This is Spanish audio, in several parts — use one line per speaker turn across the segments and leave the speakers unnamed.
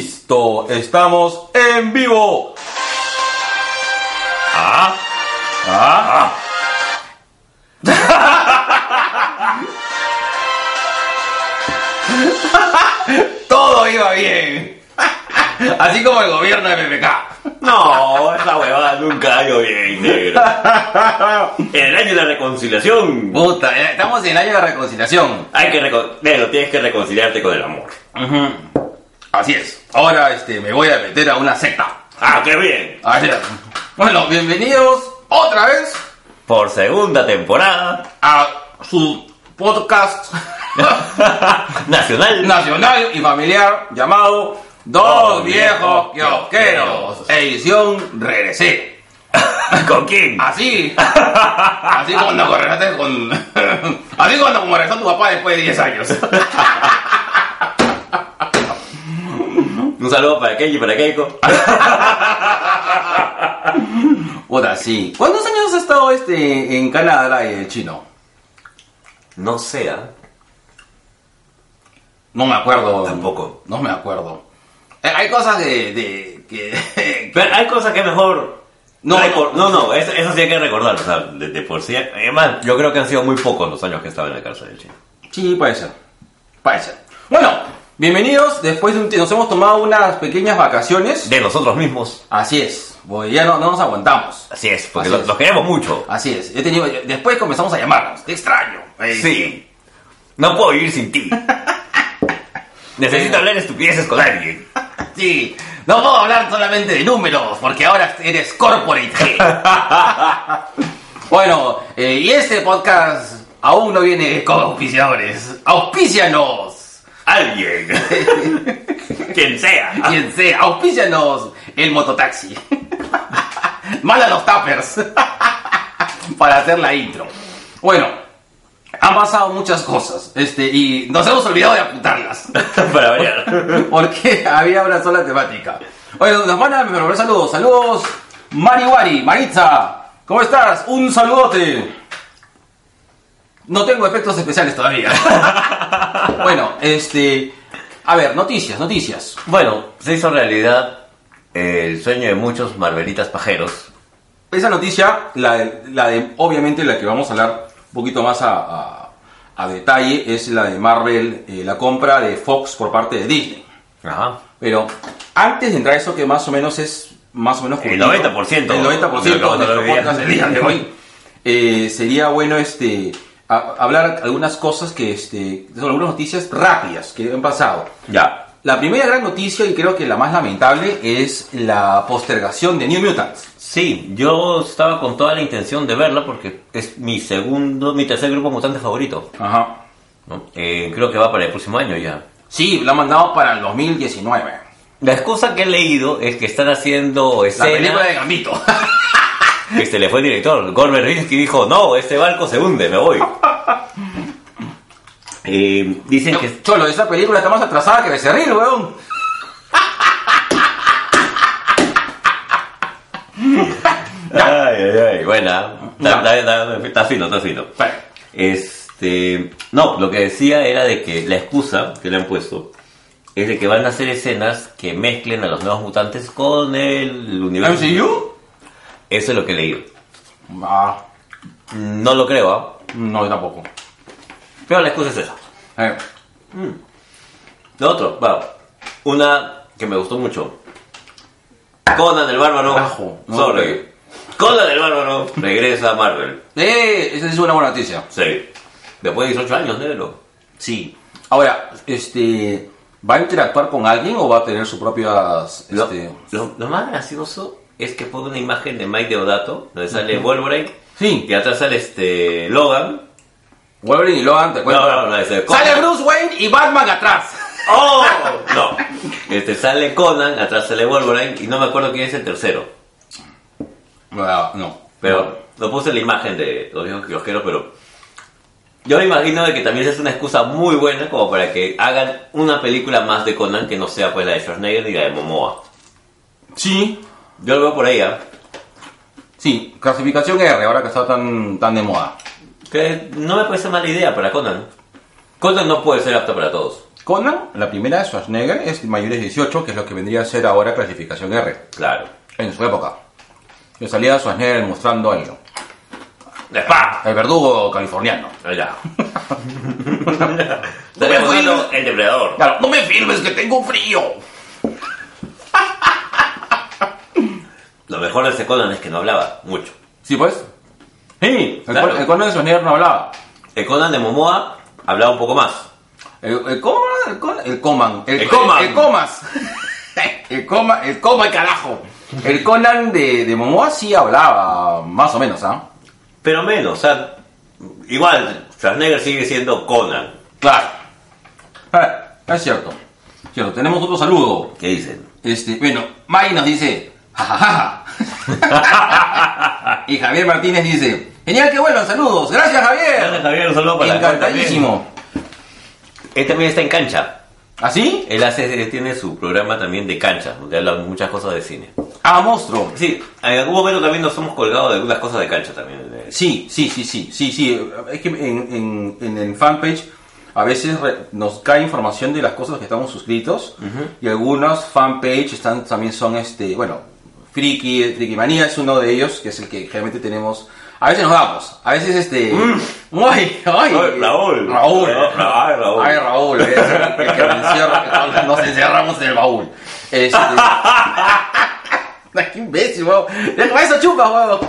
Listo, estamos en vivo. Ah, ah, ah.
Todo iba bien. Así como el gobierno de PPK.
No, esa huevada nunca ha ido bien, negro. El año de la reconciliación.
Puta, eh, estamos en el año de la reconciliación.
Hay que reco- negro, tienes que reconciliarte con el amor.
Así es. Ahora este, me voy a meter a una secta.
Ah, qué bien.
Así es. Bueno, bienvenidos otra vez
Por segunda temporada
a su podcast
nacional.
nacional y familiar llamado Dos
Dos
Viejos
Viejos
Kiosqueros,
Kiosqueros.
edición Regresé.
¿Con quién?
Así, así cuando regresaste con. Así cuando como regresó tu papá después de 10 años.
Un saludo para Keiji y para Keiko.
Puta, sí. ¿Cuántos años has estado este, en Canadá, eh, chino?
No sea.
No me acuerdo.
Tampoco.
No me acuerdo. Eh, hay cosas de. de que,
Pero hay cosas que es mejor.
No.
No, no, no, eso, eso sí hay que recordar. O sea, de, de por sí. Además, yo creo que han sido muy pocos los años que estaba en la cárcel del chino.
Sí, puede ser. Puede ser. Bueno, bienvenidos. Después de un tiempo, nos hemos tomado unas pequeñas vacaciones.
De nosotros mismos.
Así es. Porque ya no, no nos aguantamos.
Así es, porque
Así
lo-
es.
los queremos mucho.
Así es. He tenido, después comenzamos a llamarnos. Te extraño. Eh,
Sí. No puedo vivir sin ti. Necesito hablar estupideces con alguien.
Sí, no puedo hablar solamente de números, porque ahora eres corporate. head. bueno, eh, y este podcast aún no viene con auspiciadores. ¡Auspícianos!
Alguien. Quien sea.
Quien sea, auspícianos el mototaxi. Mala los tappers. Para hacer la intro. Bueno, han pasado muchas cosas, este, y nos hemos olvidado de apuntarlas.
Para variar.
Porque había una sola temática. Bueno, nos van a mandar saludos. Saludos, Mariwari, Maritza. ¿Cómo estás? Un saludote. No tengo efectos especiales todavía. bueno, este. A ver, noticias, noticias.
Bueno, se hizo realidad eh, el sueño de muchos marvelitas pajeros.
Esa noticia, la de, la de- obviamente la que vamos a hablar un poquito más a, a- a detalle, es la de Marvel, eh, la compra de Fox por parte de Disney.
Ajá.
Pero antes de entrar a eso que más o menos es más o menos
El 90%
el 90% de
de lo que
nuestro
vamos a
podcast del
ver.
día de hoy. Eh, sería bueno este a- hablar algunas cosas que este son algunas noticias rápidas que han pasado.
Ya.
La primera gran noticia y creo que la más lamentable es la postergación de New Mutants.
Sí, yo estaba con toda la intención de verla porque es mi segundo, mi tercer grupo mutante favorito.
Ajá.
¿no? Eh, creo que va para el próximo año ya.
Sí, la han mandado para el 2019.
La excusa que he leído es que están haciendo
La película
escenas
de Gambito.
que se le fue el director. Goldberg Rinsky dijo, no, este barco se hunde, me voy. Eh, dicen que...
Cholo, esa película está más atrasada que Becerril, weón.
Ay, ay, ay, buena. Está, está- está- está fino, está fino.
Vale.
Este, no, lo que decía era de que la excusa que le han puesto es de que van a hacer escenas que mezclen a los nuevos mutantes con el
Ah,
universo.
¿MCU?
Eso es lo que he leído.
Ah,
No lo creo, ¿ah?
no, yo tampoco.
pero la excusa es esa.
Eh,
Lo otro, bueno, una que me gustó mucho. Conan el Bárbaro.
Carajo, no,
Sorry.
pero-
Conan el Bárbaro regresa a Marvel.
eh, esa es una buena noticia.
Sí. Después de 18 años, negro.
Sí. Ahora, este, ¿va a interactuar con alguien o va a tener sus propias...
Lo,
Este...
lo- lo más gracioso es que pone una imagen de Mike Deodato, donde sale Wolverine.
Sí.
Y atrás sale este Logan.
Wolverine y Logan, te cuento.
No, no, no, ese-
Sale Bruce Wayne y Batman atrás.
¡Oh! No. Este sale Conan, atrás sale Wolverine y no me acuerdo quién es el tercero.
Ah, no.
Pero no puse la imagen de los viejos kiosqueros, pero yo me imagino de que también es una excusa muy buena como para que hagan una película más de Conan que no sea pues la de Schwarzenegger ni la de Momoa.
Sí.
Yo lo veo por ahí, ¿ah?
Sí, clasificación R, ahora que está tan, tan de moda.
que no me parece mala idea para Conan. Conan no puede ser apta para todos.
Conan, la primera de Schwarzenegger, es mayores de 18, que es lo que vendría a ser ahora clasificación R,
Claro.
en su época. Que salía Schwarzenegger mostrando el,
¡De pa!
el verdugo californiano.
Allá.
No me fui.
el depredador.
Claro, no me firmes que tengo frío.
Lo mejor de ese Conan es que no hablaba mucho.
Sí, pues. Sí, el,
claro.
Con- el Conan de Schwarzenegger no hablaba.
El Conan de Momoa hablaba un poco más.
El, el coma, el, coma- el coman.
El coman.
El, comas. El coma, el coma, carajo. El Conan de, de Momoa sí hablaba, más o menos, ¿ah?
Pero menos, o sea, igual, Schwarzenegger sigue siendo Conan.
Claro. Eh, es cierto. Cierto, tenemos otro saludo.
¿Qué dicen?
Este, bueno, May nos dice, jajaja. y Javier Martínez dice, genial que vuelvan, saludos. Gracias,
Gracias,
Javier.
Javier, un saludo para
Encantadísimo.
Él también está en cancha.
¿Así?
Él hace, él tiene su programa también de cancha, donde habla muchas cosas de cine.
Ah, monstruo.
Sí, en algún momento también nos hemos colgado de algunas cosas de cancha también. de-
Sí, sí, sí, sí, sí, sí. Es que en, en, en el fanpage a veces re- nos cae información de las cosas a las que estamos suscritos y algunos fanpage están, también son, este, bueno, Friki, Friki Manía es uno de ellos, que es el que realmente tenemos. A veces nos damos, a veces este... ¡Ay, ay!
Ay, Raúl.
Raúl.
Ay, Raúl.
Ay, Raúl. eh, es el que nos, encierra- nos encerramos en el baúl. Este... ¡Qué imbécil, weón! ¡Deja eso, chupa, weón!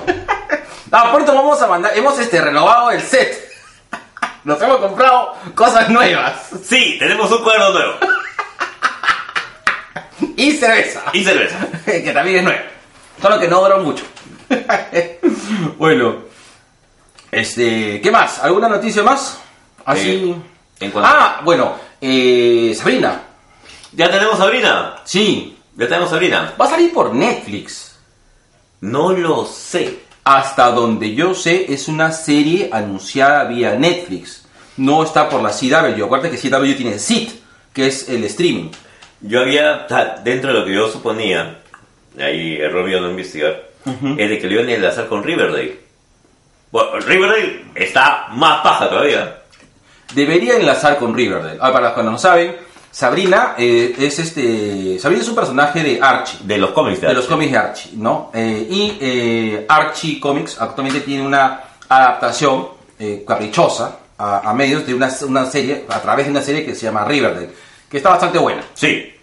Ah, pronto vamos a mandar... Hemos este, renovado el set. Nos hemos comprado cosas nuevas.
Sí, tenemos un cuadro nuevo.
Y cerveza.
Y cerveza.
que también es nueva. Solo que no duró mucho. bueno. Este, ¿qué más? ¿Alguna noticia más? Así.
Eh, en cuanto-
ah, bueno, eh, Sabrina.
Ya tenemos a Sabrina.
Sí,
Ya tenemos a Sabrina.
va a salir por Netflix.
No lo sé.
Hasta donde yo sé, es una serie anunciada vía Netflix. No está por la CW. Acuérdate que CW tiene SIT, que es el streaming.
Yo había, o sea, dentro de lo que yo suponía, ahí error mío no investigar, es de que lo iban a enlazar con Riverdale. Bueno, Riverdale está más paja todavía.
debería enlazar con Riverdale. Ah, para los que no lo saben, Sabrina eh, es este. Sabrina es un personaje de Archie.
De los cómics,
De los cómics de Archie, ¿no? Eh, y eh, Archie Comics actualmente tiene una adaptación eh, caprichosa a, a medios de una, una serie, a través de una serie que se llama Riverdale, que está bastante buena.
Sí.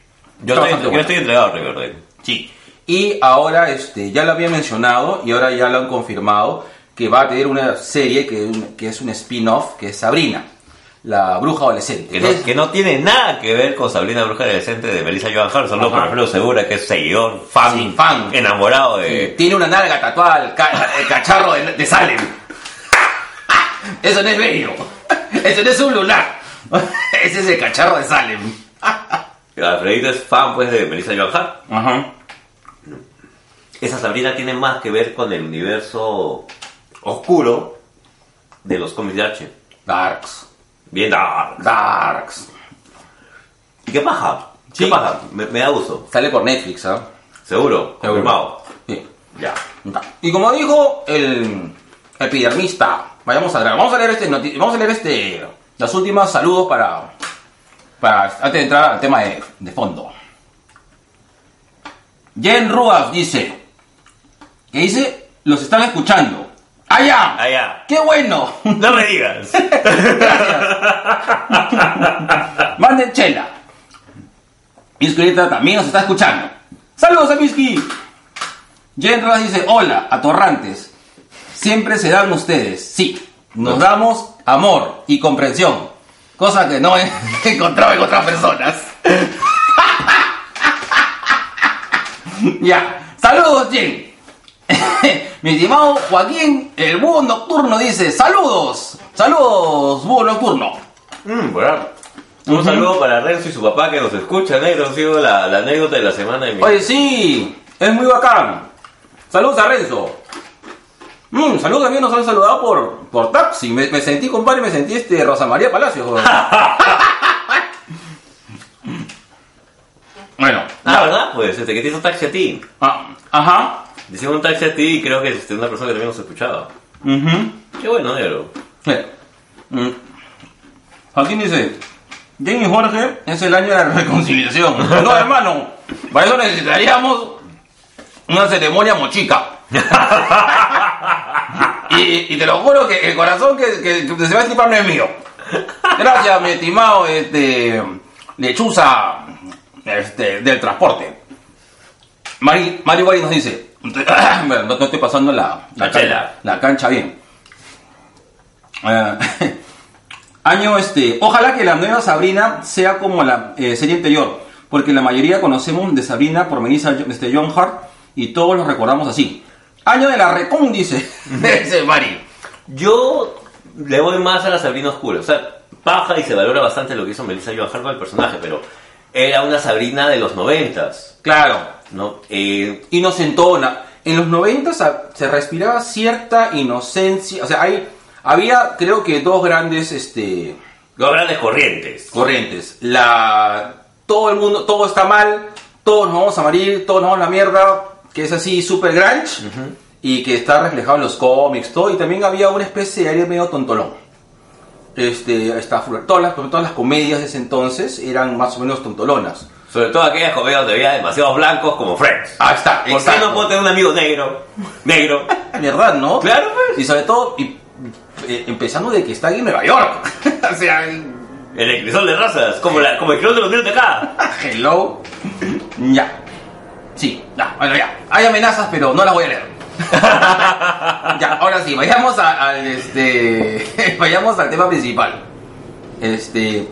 Está
Yo estoy,
bastante
yo
bueno.
estoy entregado a Riverdale.
Sí. Y ahora, este, ya lo había mencionado y ahora ya lo han confirmado que va a tener una serie que, que es un spin-off, que es Sabrina, la bruja adolescente.
Que no,
Es-
que no tiene nada que ver con Sabrina Bruja Adolescente de Melissa Joan Harrison, no,
Ajá.
pero lo segura que es seguidor, fan,
Sí, fan.
enamorado
Eh,
de...
Tiene una nalga tatuada al ca- el cacharro de, de Salem. Eso no es bello. Eso no es un lunar. Ese es el cacharro de Salem.
Alfredito es fan pues de Melissa Joan Hart.
Ajá.
Esa Sabrina tiene más que ver con el universo oscuro de los cómics de Archie.
Darks.
Bien, ah,
Darks.
¿Y qué paja?
Sí.
¿Qué paja? Me, me da uso.
Sale por Netflix, ¿ah?
Seguro, confirmado.
Sí.
Ya.
Y como dijo el epidermista, vayamos a leer, vamos a leer este, noti- vamos a leer este, las últimas saludos para, para antes de entrar al tema de, de fondo. Jen Ruas dice, que dice, los están escuchando. ¡Allá!
Allá.
¡Qué bueno!
No me digas.
Manden chela. Misquita también nos está escuchando. ¡Saludos a Miski! Jen Ross dice, hola, atorrantes. Siempre se dan ustedes, sí. Nos damos amor y comprensión. Cosa que no he encontrado en otras personas. ya. Saludos, Jen. Mi estimado Joaquín, el búho nocturno dice, saludos. Saludos, búho nocturno.
Mm, bueno. Un saludo para Renzo y su papá que nos escuchan, ¿eh? Nos sido la, la anécdota de la semana de mi...
Oye, sí, es muy bacán. Saludos a Renzo. Mm, saludos también nos han saludado por, por taxi. Me, me sentí, compadre, me sentí este Rosa María Palacios. joder. bueno,
Ah, ¿verdad? Pues este, que te hizo taxi a ti.
ah, ajá.
Dice un taxi a ti y creo que es este, una persona que también nos escuchaba.
ujú. Eh,
Qué bueno, negro.
Mira, mm. Joaquín dice, Jamie Jorge es el año de la reconciliación. No, hermano. Para eso necesitaríamos una ceremonia mochica. y, y te lo juro que el corazón que, que- que se va a estripar no es mío. Gracias, mi estimado este, lechuza este, del transporte. Mari, Mari Guari nos dice, no, no estoy pasando la,
La chela.
la cancha bien. Eh, Año este. Ojalá que la nueva Sabrina sea como la eh, serie anterior, porque la mayoría conocemos de Sabrina por Melissa este, John Hart y todos los recordamos así. Año de la recón, dice, dice Mari.
Yo le voy más a la Sabrina Oscura. O sea, baja y se valora bastante lo que hizo Melissa Joan Hart con el personaje, pero era una Sabrina de los noventas,
Claro,
¿no? Eh,
inocentona. En los 90 sa- se respiraba cierta inocencia, o sea, hay, había creo que dos grandes este,
no grandes corrientes.
corrientes. La todo el mundo, todo está mal, todos nos vamos a morir, todos nos vamos a la mierda, que es así super grunge y que está reflejado en los cómics, todo y también había una especie de aire medio tontolón. Este, está full- todas las, todas las comedias de ese entonces eran más o menos tontolonas.
Sobre todo aquellas comedias donde había demasiados blancos como Friends.
Ahí está,
¿Por qué
exacto.
no puedo tener un amigo negro? Negro.
¿Verdad, no?
Claro, pues.
Y sobre todo, y, eh, empezando de que está ahí en Nueva York. o sea,
El equilibrio de razas, como, la, como el clon de los niños de acá.
Hello. Ya. Sí, ya, bueno, ya. Hay amenazas, pero no las voy a leer. ya, ahora sí, vayamos a- al este. vayamos al tema principal. Este.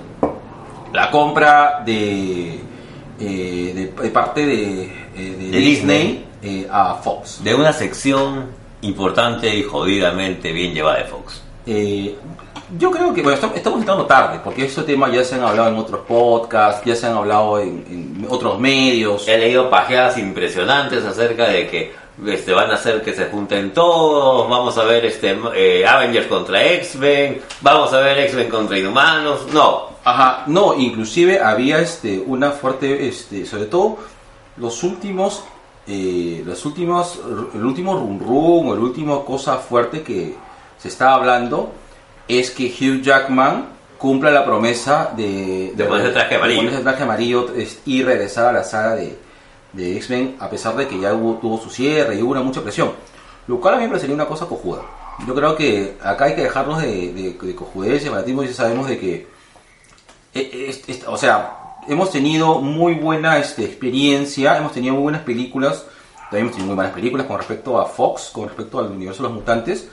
La compra de. eh, de, de parte de, eh, de
De
Disney, eh, a Fox.
De una sección importante y jodidamente bien llevada de Fox.
Eh, yo creo que, bueno, estamos, estamos entrando tarde, porque estos temas ya se han hablado en otros podcasts, ya se han hablado en, en otros medios.
He leído pajeadas impresionantes acerca de que este, van a hacer que se junten todos, vamos a ver este, eh, Avengers contra X-Men, vamos a ver X-Men contra Inhumanos. No,
Ajá, no, inclusive había este una fuerte, este, sobre todo los últimos, eh, los últimos, el último rum rum o el último cosa fuerte que se está hablando es que Hugh Jackman cumpla la promesa de,
De ponerse el traje amarillo.
ponerse el traje amarillo, es- y regresar a la saga de, de X-Men a pesar de que ya hubo- tuvo su cierre y hubo una mucha presión. Lo cual a mí me parecería una cosa cojuda. Yo creo que acá hay que dejarnos de, de, de cojudeces, fanatismo, ya sabemos de que eh, es- es- o sea, hemos tenido muy buena este, experiencia, hemos tenido muy buenas películas, también hemos tenido muy malas películas con respecto a Fox, con respecto al universo de los mutantes,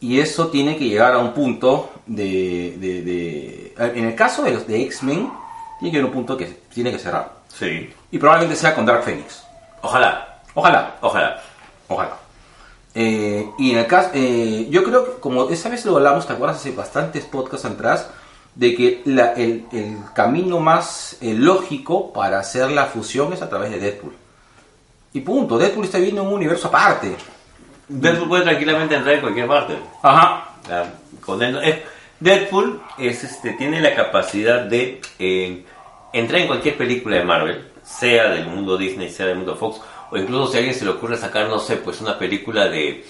y eso tiene que llegar a un punto de... de- de- en el caso de los de X-Men, tiene que haber un punto que tiene que cerrar.
sí.
Y probablemente sea con Dark Phoenix.
Ojalá,
Ojalá,
ojalá.
ojalá. Eh, y en el caso, eh, yo creo que como esa vez lo hablamos, te acuerdas hace bastantes podcasts atrás, de que la- el, el camino más eh, lógico para hacer la fusión es a través de Deadpool. Y punto, Deadpool está viviendo en un universo aparte.
Deadpool puede tranquilamente entrar en cualquier parte.
Ajá.
La- con él no- eh, Deadpool es, este, tiene la capacidad de eh, entrar en cualquier película de Marvel, sea del mundo Disney, sea del mundo Fox, o incluso si a alguien se le ocurre sacar, no sé, pues una película de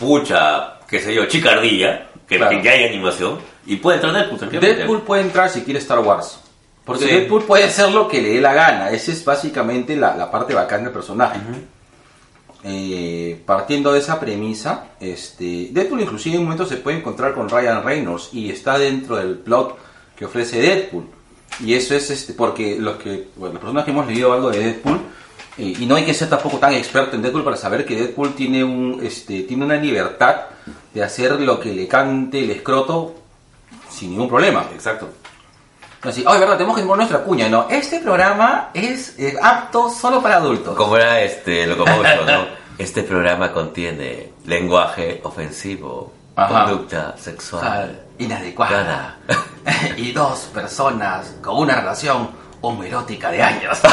pucha, qué sé yo, chicardilla, que,
Claro.
que ya hay animación, y puede entrar Deadpool tranquilamente.
Deadpool puede entrar si quiere Star Wars. Porque
Sí.
Deadpool puede hacer lo que le dé la gana. Esa es básicamente la, la parte bacán del personaje. Eh, partiendo de esa premisa, este, Deadpool inclusive en un momento se puede encontrar con Ryan Reynolds y está dentro del plot que ofrece Deadpool. Y eso es este, porque los que, bueno, las personas que hemos leído algo de Deadpool, eh, y no hay que ser tampoco tan experto en Deadpool para saber que Deadpool tiene, un, este, tiene una libertad de hacer lo que le cante el escroto sin ningún problema.
Exacto.
Así, oh, es verdad, tenemos que poner nuestra cuña, ¿no? Este programa es eh, apto solo para adultos.
Como era este Locomotion, ¿no? Este programa contiene lenguaje ofensivo,
Ajá.
conducta
O sea,
sexual.
inadecuada. y dos personas con una relación homoerótica de años.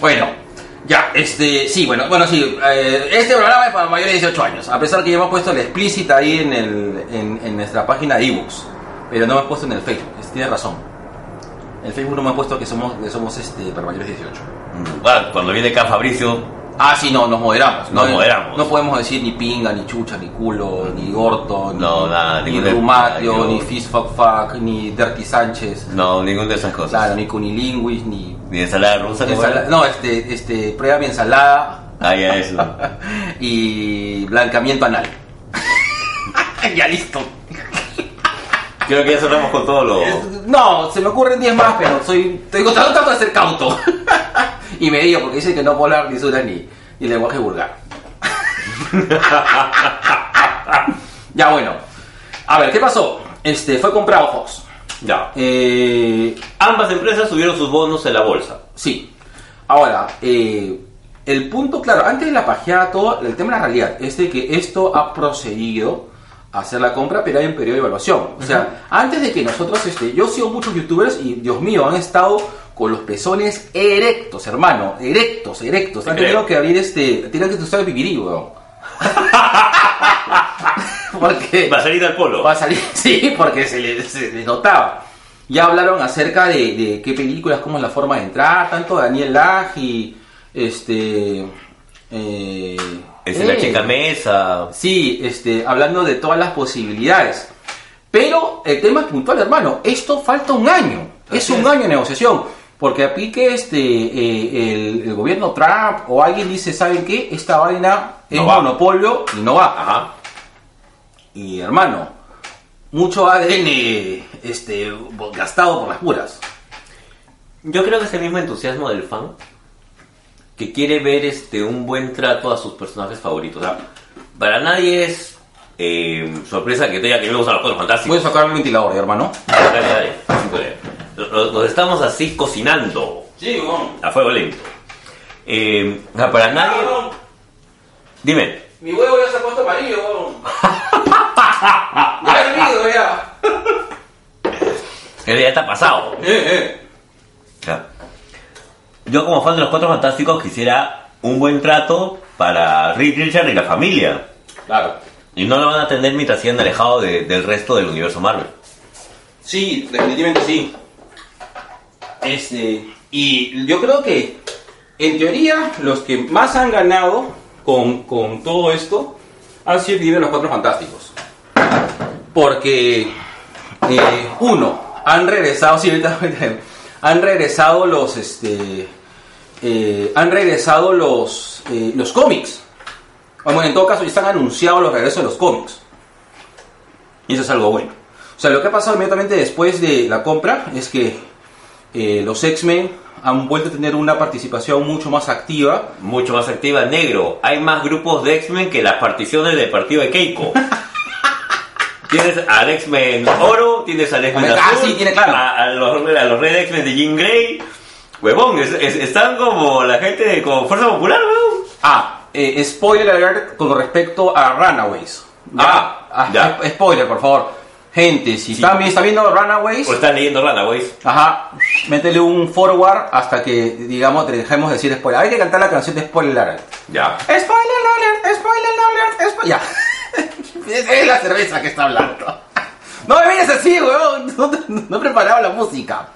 bueno, ya, este, sí, bueno, bueno, sí, eh, este programa es para mayores de 18 años, a pesar que ya hemos puesto el explícita ahí en, el, en, en nuestra página de ebooks, pero no hemos puesto en el Facebook, es- tienes razón. En el Facebook no me he puesto que somos, que somos este, para mayores de 18.
Mm, bueno, cuando viene acá Fabricio,
Ah, sí, no, nos moderamos.
Nos
no,
moderamos.
No podemos decir ni pinga, ni chucha, ni culo, ni gordo,
No,
ni,
nada,
ni
ninguna-
Rumatio,
nada,
ni
yo-
Fist Fuck Fuck, ni Dirty Sánchez,
No, ninguna de esas cosas.
claro, ni Cunilinguis, ni.
Ni ensalada rusa, ¿cómo
ensala-
era?
no, este, este, prueba mi ensalada
Ah, ya, eso.
y blancamiento anal. ya listo.
Creo que ya cerramos con todo lo.
No, se me ocurren 10 más, pero soy. Te digo, trato trato de ser cauto. y me digo, porque dice que no puedo hablar ni sura ni, ni lenguaje vulgar. ya bueno. A ver, ¿qué pasó? Este, fue comprado Fox.
Ya.
Eh,
Ambas empresas subieron sus bonos en la bolsa.
sí. Ahora, eh, el punto, claro, antes de la pajeada, todo, el tema de la realidad es de que esto ha procedido a hacer la compra, pero hay un periodo de evaluación. O sea, antes de que nosotros, este, yo sigo muchos youtubers y, Dios mío, han estado con los pezones erectos, hermano, erectos, erectos. Han tenido
Erecto.
que abrir este, tienen que usar el vivirí, weón. Porque
Eh, Va a salir al polo.
va a salir, sí, porque se le, se le notaba. Ya hablaron acerca de, de qué películas, cómo es la forma de entrar, tanto Daniel Laj y este... Eh,
Es
eh,
la chica mesa.
Sí, este, hablando de todas las posibilidades. Pero el tema es puntual, hermano. Esto falta un año. es
Así
un
es.
año de negociación. Porque aplique este, eh, el, el gobierno Trump o alguien dice, ¿saben qué? Esta vaina es
No va.
monopolio y no va.
Ajá.
Y hermano, mucho ADN este, gastado por las puras.
Yo creo que es el mismo entusiasmo del fan que quiere ver este un buen trato a sus personajes favoritos. O sea, para nadie es eh, sorpresa que te diga que me gustan los cuatro
Voy a
fantásticos. eh,
sacar el ventilador, hermano.
Dale, dale, cinco de- Nos nos estamos así cocinando
Sí, weón.
a fuego lento. Eh, o sea, para nadie. Dime.
Ah, Mi huevo ya se ha puesto amarillo, weón. Ya hervido, ya.
Pero ya está pasado.
Eh, eh.
Ya. Yo como fan de los Cuatro Fantásticos quisiera un buen trato para Rick Richard y la familia.
Claro.
Y no lo van a tener mientras sigan alejados de- del resto del universo Marvel.
Sí, definitivamente sí. Este, y yo creo que, en teoría, los que más han ganado con, con todo esto han sido el de los Cuatro Fantásticos. Porque, eh, uno, han regresado, sí, ahorita- ahorita- han regresado los, este, eh, han regresado los, eh, los cómics. Bueno, en todo caso, ya están anunciados los regresos de los cómics. Y eso es algo bueno. O sea, lo que ha pasado inmediatamente después de la compra es que eh, los X-Men han vuelto a tener una participación mucho más activa.
Mucho más activa negro. Hay más grupos de X-Men que las particiones del partido de Keiko. tienes al X-Men oro, tienes al X-Men
Ah,
azul,
sí, tiene claro.
a, a los, a los Red X-Men de Jean Grey. Huevón, es- es- están como la gente de como Fuerza Popular, huevón.
Ah, eh, spoiler alert con respecto a Runaways.
Ah, ya.
es- Spoiler, por favor. Gente, si
Sí. Pues-
están vi- está viendo Runaways,
O están leyendo Runaways.
ajá, métele un forward hasta que, digamos, te dejemos decir spoiler. Hay que cantar la canción de spoiler alert.
Ya.
Spoiler alert, spoiler alert, spoiler. Ya. Es- es la cerveza que está hablando. No me mires así, weón. No, te- no he preparado la música.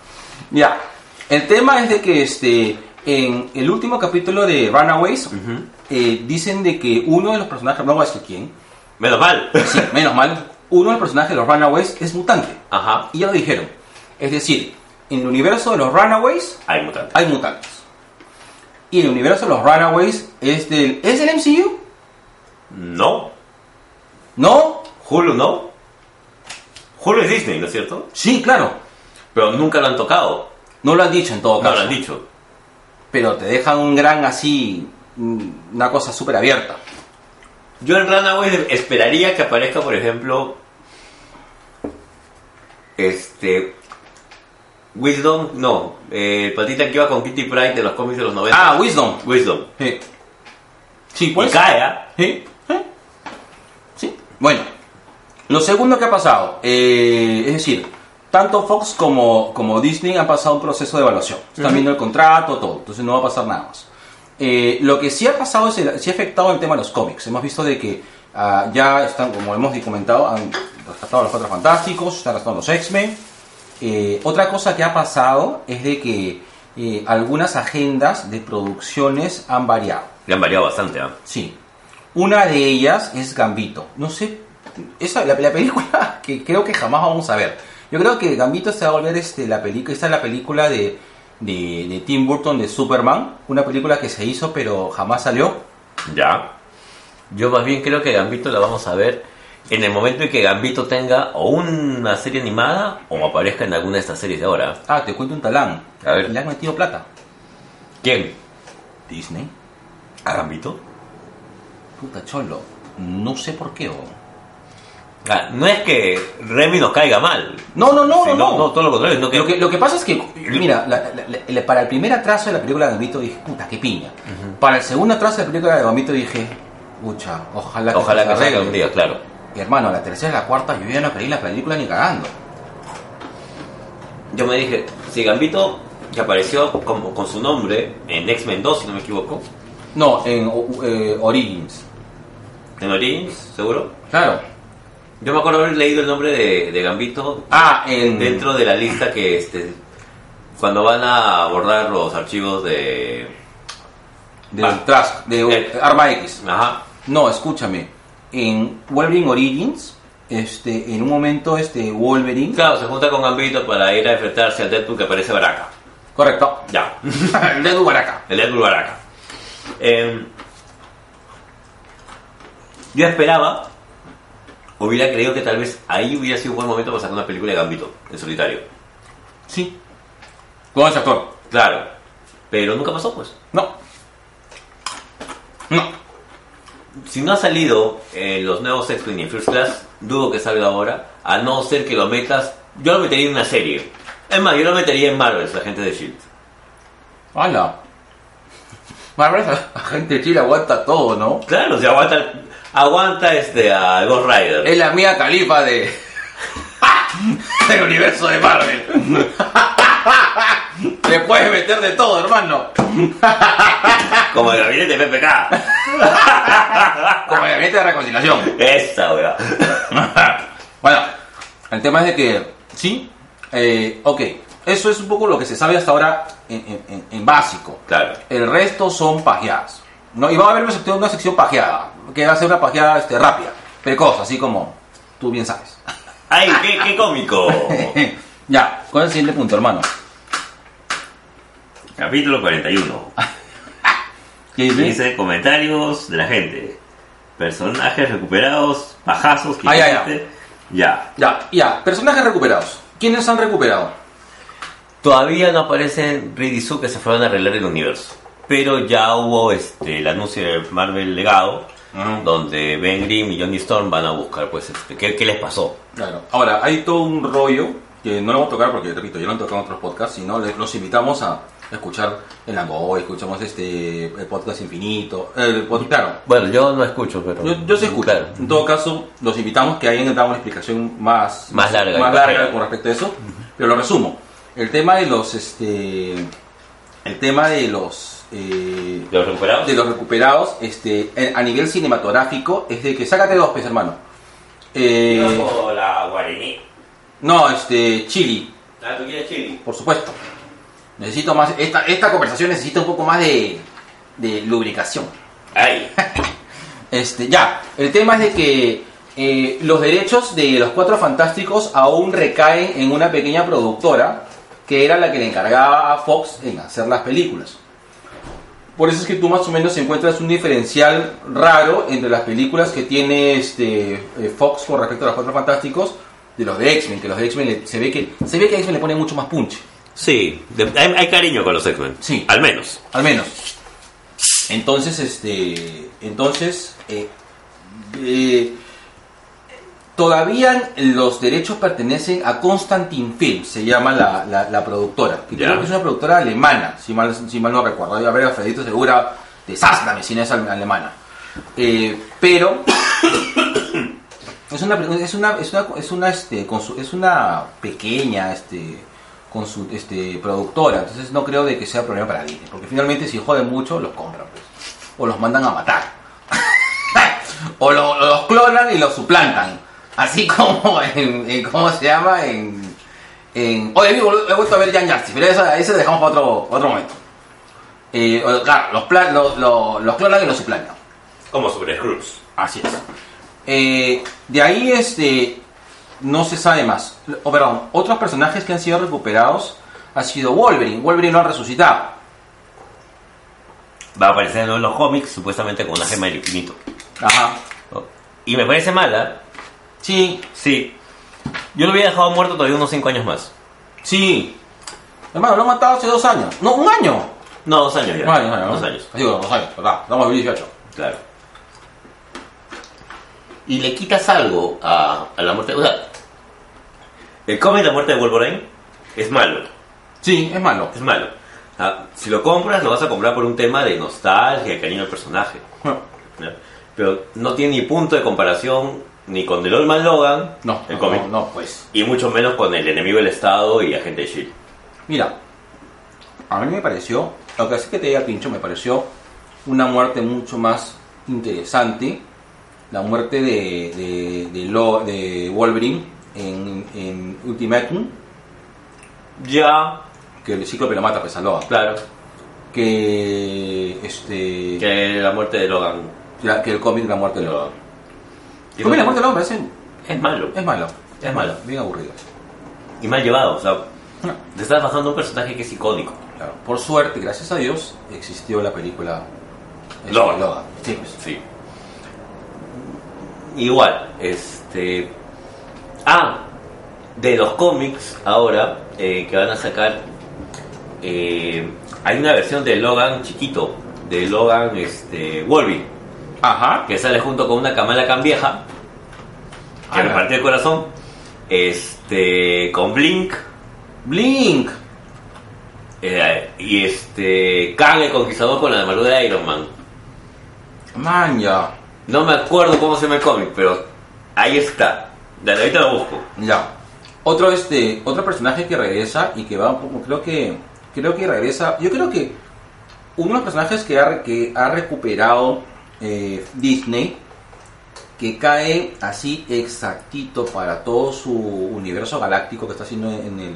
Ya. El tema es de que este. En el último capítulo de Runaways eh, dicen de que uno de los personajes, no voy a decir quién,
Menos mal.
sí, menos mal, uno de los personajes de los Runaways es mutante.
Ajá.
Y ya lo dijeron. Es decir, en el universo de los Runaways
Hay mutantes.
hay mutantes. Y el universo de los Runaways es del. ¿Es del MCU?
No.
¿No?
Hulu no. Hulu es Disney, ¿no es cierto?
Sí, claro.
Pero nunca lo han tocado.
No lo han dicho en todo
No
caso.
lo han dicho.
Pero te dejan un gran así. mm, Una cosa súper abierta.
Yo en Runaways esperaría que aparezca, por ejemplo, este. Wisdom, no. eh, El patita que iba con Kitty Pride de los cómics de los 90.
Ah, Wisdom.
Wisdom.
Sí. Sí,
Y
pues.
cae, ¿ah?
Sí. sí. Sí. Bueno. Lo segundo que ha pasado. eh, es decir, tanto Fox como, como Disney han pasado un proceso de evaluación. Están viendo el contrato, todo. Entonces no va a pasar nada más. Eh, lo que sí ha pasado es el- sí ha afectado el tema de los cómics. Hemos visto de que ah, ya están, como hemos comentado, han rescatado a los Cuatro Fantásticos, están rescatando a los X-Men. Eh, otra cosa que ha pasado es de que eh, algunas agendas de producciones han variado.
Le han variado bastante, ¿ah?
Sí. Una de ellas es Gambito. No sé, esa la, la película que creo que jamás vamos a ver. Yo creo que Gambito se va a volver este, la película, esta es la película de, de, de Tim Burton de Superman, una película que se hizo pero jamás salió.
Ya. Yo más bien creo que Gambito la vamos a ver en el momento en que Gambito tenga o una serie animada o aparezca en alguna de estas series de ahora.
Ah, te cuento un talán.
A ver.
Le han metido plata.
¿Quién?
Disney.
¿A Gambito?
Puta cholo. No sé por qué. oh.
Ah, no es que Remy nos caiga mal.
No, no, no,
sino-
no, no.
todo lo contrario. sino que-
Lo que, lo que pasa es que, mira, la- la- la- la- para el primer atraso de la película de Gambito dije, puta, qué piña. Para el segundo atraso de la película de Gambito dije, pucha, ojalá que
ojalá
se
que salga
arregle".
un día, claro.
Y hermano, la tercera y la cuarta, yo ya no creí la película ni cagando.
Yo me dije, si Gambito que apareció como con su nombre en X-Men 2, si no me equivoco,
No, en o- eh, Origins.
en Origins, seguro.
Claro.
Yo me acuerdo haber leído el nombre de, de Gambito
Ah, en...
dentro de la lista que este cuando van a abordar los archivos de
del
Ah.
Trask, de
Eh.
Arma X.
ajá
No, escúchame. En Wolverine Origins, este, en un momento, este, Wolverine...
claro se junta con Gambito para ir a enfrentarse al Deadpool que aparece Baraka
Correcto.
ya
el dedo Baraka.
el Deadpool Baraka Em, yo esperaba hubiera creído que tal vez ahí hubiera sido un buen momento para sacar una película de Gambito en solitario
Sí. Con ese actor.
claro pero nunca pasó pues
No. No.
Si no ha salido en los nuevos X-Men y en First Class, dudo que salga ahora, a no ser que lo metas. Yo lo metería en una serie. Es más, yo lo metería en Marvel, la gente de Shield.
Hola. Marvel, la gente chila aguanta todo, ¿no?
Claro, si aguanta, aguanta este, a Ghost Rider.
Es la mía califa de. del universo de Marvel. Te puedes meter de todo, hermano.
Como el gabinete de PPK.
Como el gabinete de reconciliación.
Esa, weá.
Bueno, el tema es de que. Sí. eh, ok. Eso es un poco lo que se sabe hasta ahora en, en- en- en básico.
Claro.
El resto son pajeadas. ¿no? Y va a haber una sección, una sección pajeada, que va a ser una pajeada este, rápida, precoz, así como tú bien sabes.
¡Ay, qué, qué cómico!
Eh, ya, ¿cuál es el siguiente punto, hermano?
Capítulo 41.
¿Qué
Dice comentarios de la gente. Personajes recuperados, pajazos que
Ah, ya, ya.
hiciste. Ya.
Ya, ya, personajes recuperados. ¿Quiénes han recuperado?
Todavía no aparecen Reed y Sue que se fueron a arreglar el universo. Pero ya hubo este, el anuncio de Marvel Legado,
Ajá.
donde Ben Grimm y Johnny Storm van a buscar pues este, qué, qué les pasó.
Claro. Ahora, hay todo un rollo que no lo vamos a tocar porque, repito, yo lo han tocado en otros podcasts, sino le- los invitamos a escuchar el Langoy, escuchamos este el podcast infinito, el pod- claro,
Bueno, yo no escucho, pero...
Yo, yo sí escucho.
Claro.
En todo caso, los invitamos que ahí damos una explicación más,
Más larga.
más larga con respecto a eso. Pero lo resumo. El tema de los este el tema de los eh,
¿Los recuperados?
de los recuperados, este, en- a nivel cinematográfico, es de que sácate dos pues hermano. Eh,
Yo la guarení.
no, este, Chili,
Ah, tú quieres chili.
por supuesto. Necesito más, esta, esta conversación necesita un poco más de, de lubricación.
Ay.
Este, ya, el tema es de que eh, los derechos de los Cuatro Fantásticos aún recaen en una pequeña productora que era la que le encargaba a Fox en hacer las películas. Por eso es que tú más o menos encuentras un diferencial raro entre las películas que tiene este, eh, Fox con respecto a los Cuatro Fantásticos de los de X-Men, que los de X-Men le- se ve que se ve que a X-Men le pone mucho más punch.
Sí, de- hay, hay cariño con los X-Men.
Sí.
Al menos.
Al menos. Entonces, este. Entonces. eh, eh, todavía los derechos pertenecen a Constantin Film, se llama la, la- la productora. Que
Ya.
creo que es una productora alemana, si mal, si mal no recuerdo. Debe haber Alfredito Segura, desástrame si no es ale- alemana. Eh, pero. Es una, es una, es una, es una, este, consu- es una pequeña este, consu- este, productora, entonces no creo de que sea problema para Disney, porque finalmente si joden mucho los compran, pues, o los mandan a matar, o lo- o los clonan y los suplantan, así como en, en- ¿cómo se llama? En, en- Oye, amigo, he vuelto a ver Jan Yarsi, pero eso, eso lo dejamos para otro, otro momento. Eh, o- claro, los, plan, lo- lo- los clonan y los suplantan.
Como sobre Scrubs.
Así es. Eh, de ahí este no se sabe más. O, perdón, otros personajes que han sido recuperados ha sido Wolverine. Wolverine lo han resucitado.
Va a aparecer en los cómics, supuestamente con una gema del infinito.
Ajá.
¿no? Y me parece mala.
Sí,
Sí. Yo lo hubiera dejado muerto todavía unos 5 años más.
sí. Hermano, lo han matado hace dos años. No, un año.
No, dos años ya.
Un año, un año. ¿no?
Dos años,
Digo, dos años, ¿verdad? Estamos en 2018.
claro. Y le quitas algo a, a la muerte. O sea, el cómic de la muerte de Wolverine es malo.
Sí, es malo.
Es malo. Ah, si lo compras, lo vas a comprar por un tema de nostalgia, cariño al personaje. ¿no? Pero no tiene ni punto de comparación ni con The Old Man Logan,
No,
el
no,
cómic,
no, no, pues.
y mucho menos con El Enemigo del Estado y Agente de Shield.
Mira, a mí me pareció, lo que así que te diga Pincho, me pareció una muerte mucho más interesante. La muerte de, de, de, Lo- de Wolverine en, en Ultimatum,
Ya,
que el cíclope lo mata pues a Logan.
claro,
Que, este,
que la muerte de Logan.
la- que el cómic La Muerte de Logan. El
Digo,
cómic La Muerte de Logan parece,
Es malo,
es malo.
Es malo.
Bien aburrido.
y mal llevado, o sea,
No.
te estás bajando un personaje que es icónico.
Claro, Por suerte, gracias a Dios, existió la película este,
Logan.
Sí, pues.
Sí. Igual, este. Ah, de los cómics ahora eh, que van a sacar. eh, hay una versión de Logan chiquito, de Logan este, Wolverine,
Ajá.
que sale junto con una Kamala Khan vieja, que me
Ala.
partió el corazón, este, con Blink,
Blink.
eh, y este, Khan el conquistador con la armadura de Iron Man.
Man, ya.
No me acuerdo cómo se llama el cómic, pero ahí está. Dale, ahorita lo busco.
Ya. Otro este, otro personaje que regresa y que va un poco, creo que, creo que regresa. Yo creo que uno de los personajes que ha, que ha recuperado eh, Disney, que cae así exactito para todo su universo galáctico que está haciendo en el,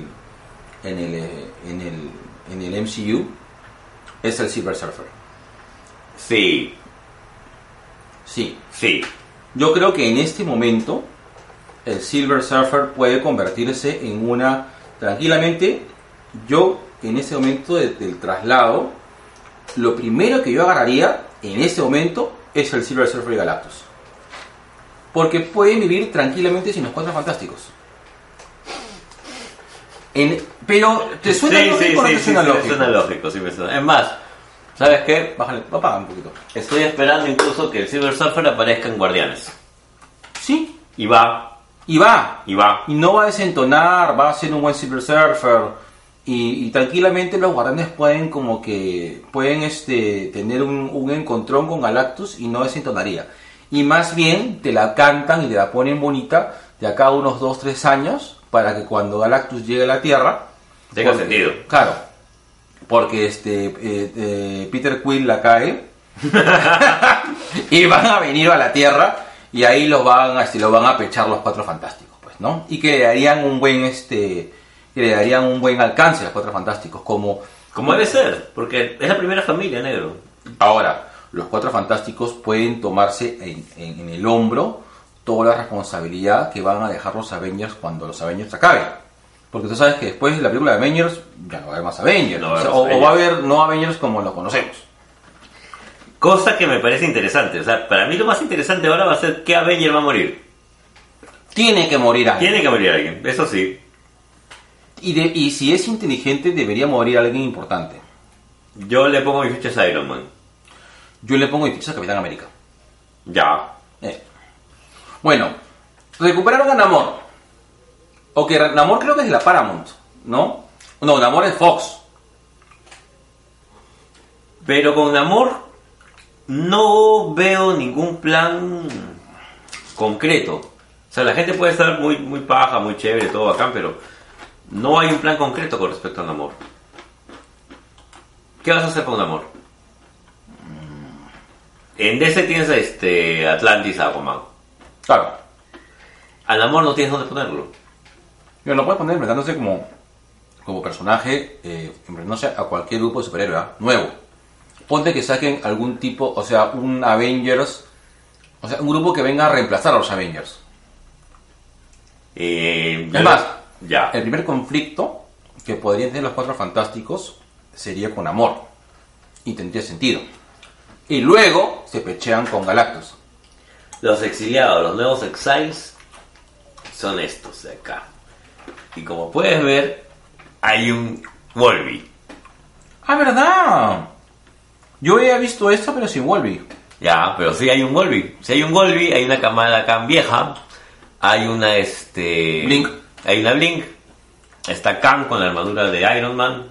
en el, eh, en el, en el MCU, es el Silver Surfer.
Sí,
Sí,
sí.
Yo creo que en este momento el Silver Surfer puede convertirse en una tranquilamente. Yo en este momento de- del traslado, lo primero que yo agarraría en este momento es el Silver Surfer y Galactus, porque pueden vivir tranquilamente sin los Cuatro Fantásticos. En- pero te suena
sí,
lógico
sí,
o no
sí,
te
sí,
suena
sí,
lógico.
me suena lógico, sí me suena. Es más, ¿sabes qué?
Bájale, apaga un poquito.
Estoy esperando incluso que el Silver Surfer aparezca en Guardianes.
Sí,
Y va,
y va.
y va.
y no va a desentonar, va a ser un buen Silver Surfer. Y, y tranquilamente los guardianes pueden como que pueden este tener un, un encontrón con Galactus y no desentonaría. Y más bien te la cantan y te la ponen bonita de acá a unos 2, 3 años para que cuando Galactus llegue a la Tierra...
Tenga
porque-
sentido.
Claro. Porque este eh, eh, Peter Quill la cae y van a venir a la Tierra y ahí los van a, este, lo van a pechar los cuatro fantásticos, pues, ¿no? Y que le darían un buen este que le darían un buen alcance a los cuatro fantásticos, como
Como debe ser, porque es la primera familia, negro.
ahora los cuatro fantásticos pueden tomarse en, en- en el hombro toda la responsabilidad que van a dejar los Avengers cuando los Avengers acaben. Porque tú sabes que después de la película de Avengers ya no va a haber más Avengers,
No va a haber
o sea,
más
o- o va a
Avengers.
haber no Avengers como lo conocemos.
Cosa que me parece interesante. O sea, para mí lo más interesante ahora va a ser que Avenger va a morir.
Tiene que morir alguien.
Tiene que morir alguien, eso sí.
Y, de- y si es inteligente, debería morir alguien importante.
Yo le pongo mis fichas a Iron Man.
Yo le pongo mi ficha a Capitán América.
Ya.
Eh. Bueno, recuperaron a Namor. Ok, Ra- Namor creo que es de la Paramount, ¿no? No, Namor es Fox.
Pero con amor no veo ningún plan concreto. O sea, la gente puede estar muy, muy paja, muy chévere, todo bacán, pero no hay un plan concreto con respecto al amor. ¿Qué vas a hacer con amor?
Mm.
En DC tienes a este Atlantis, Aquaman.
Claro.
Al amor no tienes dónde ponerlo.
Yo lo puedes poner enfrentándose como, como personaje, eh, enfrentándose a cualquier grupo de superhéroe, ¿ah? Nuevo. ponte que saquen algún tipo, o sea, un Avengers, o sea, un grupo que venga a reemplazar a los Avengers.
Eh,
Es más,
ya.
El primer conflicto que podrían tener los cuatro fantásticos sería con amor. Y tendría sentido. Y luego se pechean con Galactus.
Los exiliados, los nuevos exiles, son estos de acá. Y como puedes ver, hay un Wolby.
Ah, ¿verdad? Yo había visto esto, pero sin Wolby.
Ya, pero sí hay un Golby. Si hay un Golby, hay una camada acá vieja. Hay una este.
Blink.
Hay una Blink. Está Khan con la armadura de Iron Man.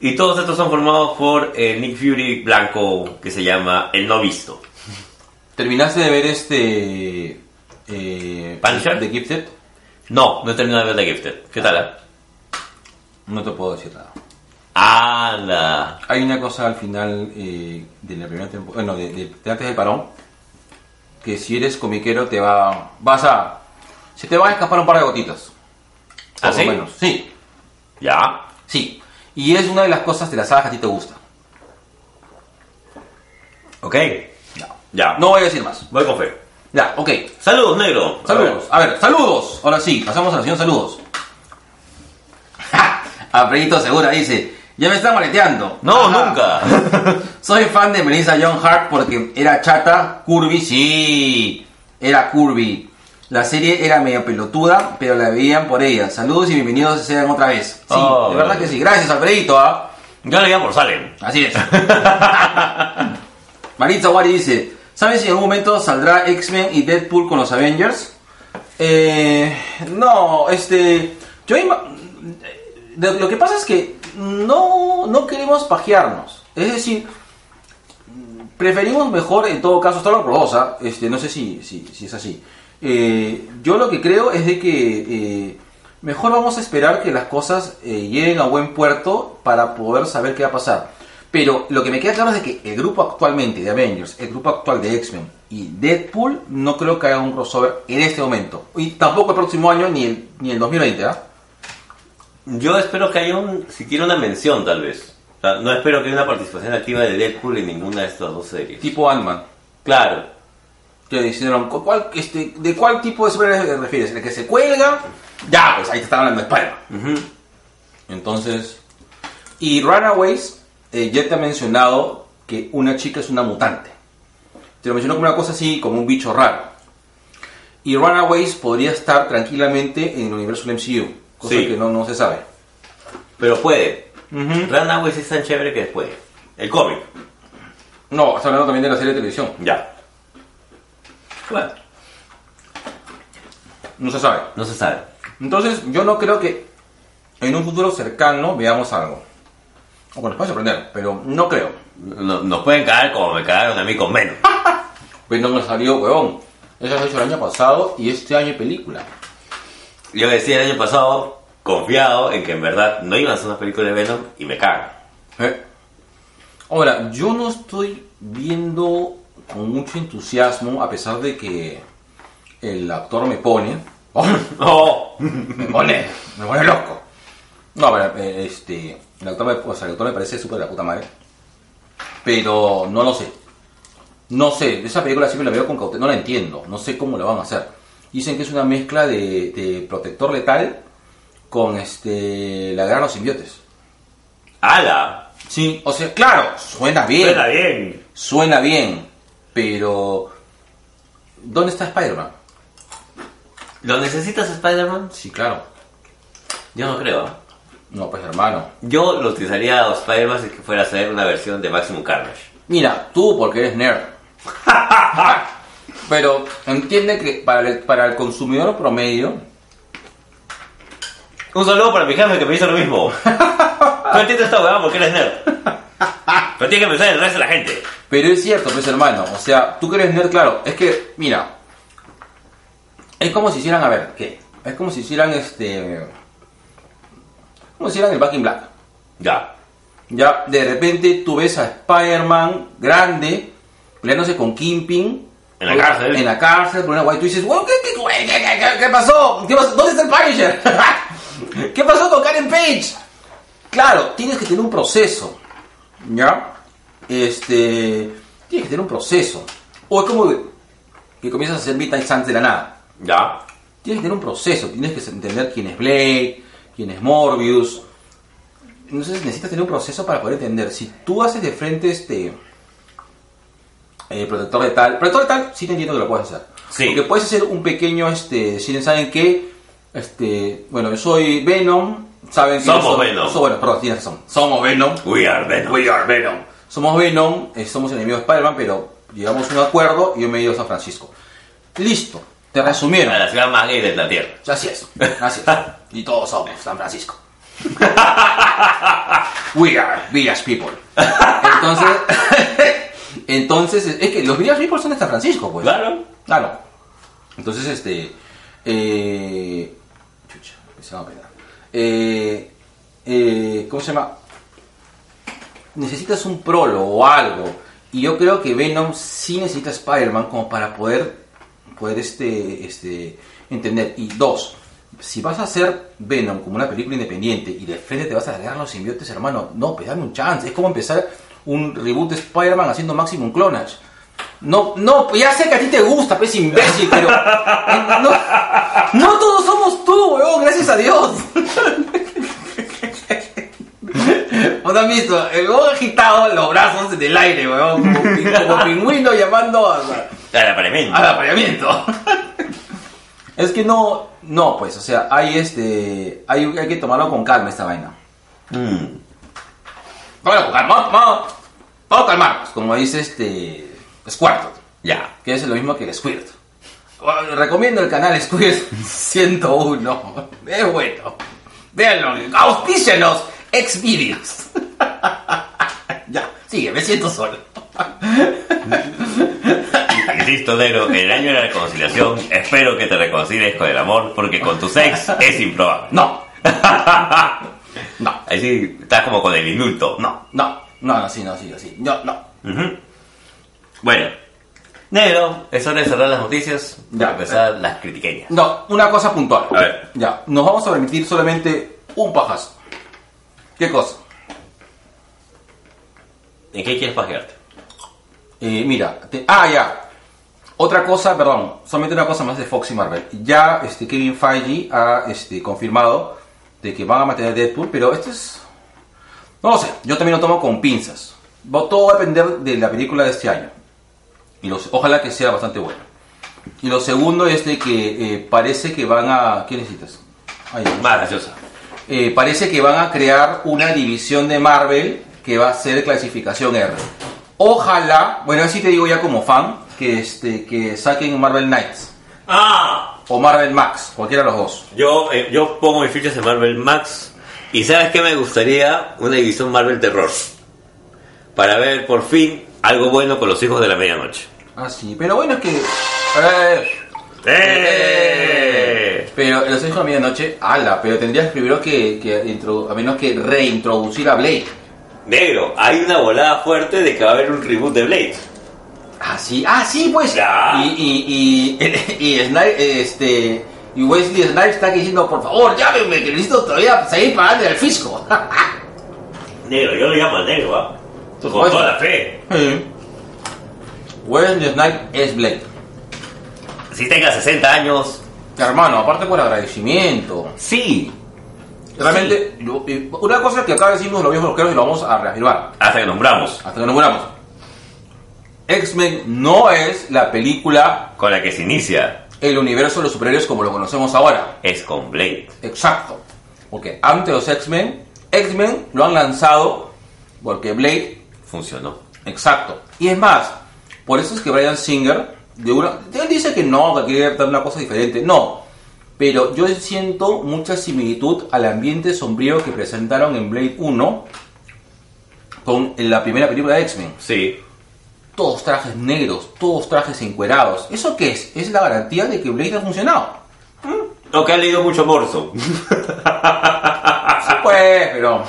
Y todos estos son formados por eh, Nick Fury blanco que se llama El No Visto.
¿Terminaste de ver este... Eh,
¿Punisher?
The Gifted?
No, no he terminado de ver The Gifted. ¿Qué tal? eh?
No te puedo decir nada.
Anda.
Hay una cosa al final eh, de la primera temporada, bueno, de, de- de antes del parón, que si eres comiquero te va, vas a, se te van a escapar un par de gotitas. Por
¿Ah,
lo
sí?
menos. Sí,
Ya.
sí. Y es una de las cosas de la saga que a ti te gusta.
Ok. Ya.
No voy a decir más.
Voy con fe.
Ya, ok.
Saludos, negro.
Saludos. A ver, saludos. Ahora sí, pasamos a la sección saludos. Aprendito Segura dice, ya me están maleteando.
No,
Ajá.
nunca.
Soy fan de Melissa John Hart porque era chata, curvy, sí, era curvy. La serie era medio pelotuda, pero la veían por ella. Saludos y bienvenidos sean otra vez. Sí,
Oh,
de verdad
bueno.
que sí. Gracias, Alfredito. ¿ah?
Yo le llamo por Salem.
Así es. Maritza Wari dice, ¿sabes si en algún momento saldrá X-Men y Deadpool con los Avengers? Eh, no, este... Yo ima- de- lo que pasa es que no, no queremos pajearnos. Es decir, preferimos mejor, en todo caso, Star Wars Rosa. Este, no sé si, si, si es así. Eh, yo lo que creo es de que eh, mejor vamos a esperar que las cosas eh, lleguen a buen puerto para poder saber qué va a pasar. Pero lo que me queda claro es de que el grupo actualmente de Avengers, el grupo actual de X-Men y Deadpool, no creo que haga un crossover en este momento. Y tampoco el próximo año ni el, ni el 2020, ¿ah?
Yo espero que haya un, siquiera una mención tal vez. O sea, no espero que haya una participación activa de Deadpool en ninguna de estas dos series.
Tipo Ant-Man.
Claro.
Que dijeron, "¿Cu- cuál- este, ¿de cuál tipo de superhéroe te refieres? ¿El que se cuelga? Ya, pues ahí te están hablando de Spider-Man.
Ujú.
Entonces. Y Runaways, eh, ya te ha mencionado que una chica es una mutante. Te lo mencionó como una cosa así, como un bicho raro. Y Runaways podría estar tranquilamente en el universo del MCU, cosa
Sí.
que no, no se sabe.
Pero puede. Runaways es tan chévere que puede. El cómic.
No, está hablando también de la serie de televisión.
Ya. Bueno,
No se sabe.
no se sabe.
Entonces, yo no creo que en un futuro cercano veamos algo. O bueno, nos puede sorprender, pero no creo.
No- nos pueden caer como me cagaron a mí con menos.
Pero Pues no me salió, huevón. Eso se hecho el año pasado y este año hay película.
Yo decía el año pasado, confiado en que en verdad no iban a hacer una película de Venom y me cagan.
¿Eh? Ahora, yo no estoy viendo con mucho entusiasmo, a pesar de que el actor me pone.
¡Oh!
me pone, me pone loco. No, pero eh, este, el actor me, o sea, el actor me parece súper de la puta madre. Pero no lo sé. No sé, esa película siempre la veo con cautela, no la entiendo, no sé cómo la van a hacer. Dicen que es una mezcla de, de protector letal con este la guerra de los simbiotes.
¡Hala!
Sí, o sea, claro, suena bien.
Suena bien.
Suena bien, pero ¿dónde está Spider-Man?
¿Lo necesitas Spider-Man?
Sí, claro.
Yo no creo. ¿ah?
No, pues hermano.
Yo lo utilizaría a Spider-Man si es que fuera a ser una versión de Maximum Carnage.
Mira, tú porque eres nerd. pero entiende que para el, para el consumidor promedio,
Un saludo para mi jefe que me hizo lo mismo. No entiendo esta huevada porque eres nerd. Pero tiene que pensar en el resto de la gente.
pero es cierto, pues hermano, o sea, tú que eres nerd, claro, es que, mira, es como si hicieran, a ver, ¿qué? Es como si hicieran este... Como si hicieran el Back in Black.
Ya.
Ya, de repente tú ves a Spider-Man grande, peleándose con Kingpin.
En la cárcel.
En la cárcel, por una guay. Tú dices, "Wow, ¿qué, qué, güey, qué, qué, qué- qué pasó? ¿Qué pasó? ¿Dónde está el Punisher? ¿Qué pasó con Karen Page? Claro, tienes que tener un proceso. ¿Ya? este, tienes que tener un proceso. O es como que- que comienzas a hacer midnight suns de la nada.
Ya.
Tienes que tener un proceso, tienes que entender quién es Blake, quién es Morbius. Entonces necesitas tener un proceso para poder entender. Si tú haces de frente este eh, protector de tal, protector de tal, sí te entiendo que lo puedes hacer.
Sí.
Porque puedes hacer un pequeño este, si saben que este, bueno, yo soy Venom, saben que yo
Somos
soy-
Venom.
so- bueno, perdón, tienes razón. Somos Venom.
We are Venom.
We are Venom. Somos Venom, eh, somos enemigos de Spider-Man, pero llegamos a un acuerdo y yo me he ido a San Francisco. Listo, te resumieron.
A la ciudad más gay de la Tierra.
Así es, así es. Y todos somos San Francisco. We are Village People. Entonces, entonces es que los Village People son de San Francisco, pues.
Claro.
Claro. Entonces, este. Eh, chucha, empezaba a pegar. Eh, eh, ¿Cómo se llama? Necesitas un prólogo o algo. Y yo creo que Venom sí necesita Spider-Man como para poder, poder este, este, entender. Y dos, si vas a hacer Venom como una película independiente y de frente te vas a agregar los simbiotes, hermano, no, pues dame un chance. Es como empezar un reboot de Spider-Man haciendo Maximum Clonage. No, no, pues ya sé que a ti te gusta, pues imbécil, pero. eh, No, no todos somos tú, weón, gracias a Dios. ¿Os han visto? El weón agitado los brazos en el aire, weón, como, pi- como pingüino llamando a,
A la paramento.
al apareamiento. Es que no, no, pues, o sea, hay este. Hay, hay que tomarlo con calma esta vaina.
Mm.
Tómalo con calma, vamos, vamos, vamos a calmarnos, como dice este. Squirtle.
Ya.
que es lo mismo que el Squirt. Bueno, Recomiendo el canal Squirt 101. Es bueno. Véanlo. Auspícianos. Exvideos. ya, sigue, me siento solo.
Listo, Dero. El año de la reconciliación. Espero que te reconcilies con el amor, porque con tu sex es improbable.
No. no.
Así estás como con el indulto. No.
No. No, no, sí, no, sí, no, sí. No, no.
Ujú. Bueno. Negro, es hora de cerrar las noticias.
Ya.
Ya. Empezar las critiqueñas.
No, una cosa puntual.
A ver.
Ya, nos vamos a permitir solamente un pajazo. ¿Qué cosa?
¿En qué quieres pajearte?
Eh, mira, te- ah, ya. Otra cosa, perdón, solamente una cosa más de Fox y Marvel. Ya este, Kevin Feige ha este, confirmado de que van a mantener Deadpool, pero esto es... No lo sé, yo también lo tomo con pinzas. Va- Todo va a depender de la película de este año. Y los, ojalá que sea bastante buena. Y lo segundo es de que eh, parece que van a... ¿Qué necesitas? Ahí, ¿no?
Más graciosa.
Eh, parece que van a crear una división de Marvel que va a ser clasificación R. Ojalá, bueno, así te digo ya como fan, que, este, que saquen Marvel Knights
¡Ah!
o Marvel Max, cualquiera de los dos.
Yo, eh, yo pongo mis fichas en Marvel Max. Y sabes que me gustaría una división Marvel Terror. Para ver por fin algo bueno con los hijos de la medianoche.
Ah, sí, pero bueno, es que. eh,
¡Eh!
Pero los hijos de medianoche, ala, pero tendrías primero que, que intro- a menos que reintroducir a Blake.
Negro, hay una volada fuerte de que va a haber un reboot de Blade.
Ah, sí, ah, sí, pues.
Ya.
Y, y, y, y, Sni- este, y Wesley Snipes está aquí diciendo, por favor, llámeme, que necesito todavía seguir pagando el fisco.
Negro, yo lo llamo al negro, ¿ah?
Por
Con
supuesto.
toda la fe.
Sí. Wesley Snipes es Blade.
Si tenga 60 años,
Hermano, aparte por agradecimiento.
sí.
Realmente, lo- y una cosa que acá decimos los viejos loqueros y lo vamos a reafirmar.
Hasta que nombramos.
Hasta que nos muramos. X-Men no es la película,
Con la que se inicia
el universo de los superhéroes como lo conocemos ahora.
es con Blade.
Exacto. Porque antes los X-Men, X-Men lo han lanzado porque Blade,
Funcionó.
exacto. Y es más, por eso es que Brian Singer, de una, él dice que no, que quiere dar una cosa diferente. No. Pero yo siento mucha similitud al ambiente sombrío que presentaron en Blade 1 con la primera película de X-Men.
Sí.
Todos trajes negros, todos trajes encuerados. ¿Eso qué es? Es la garantía de que Blade ha funcionado.
Aunque ha leído mucho Morrison.
Sí, pues, pero.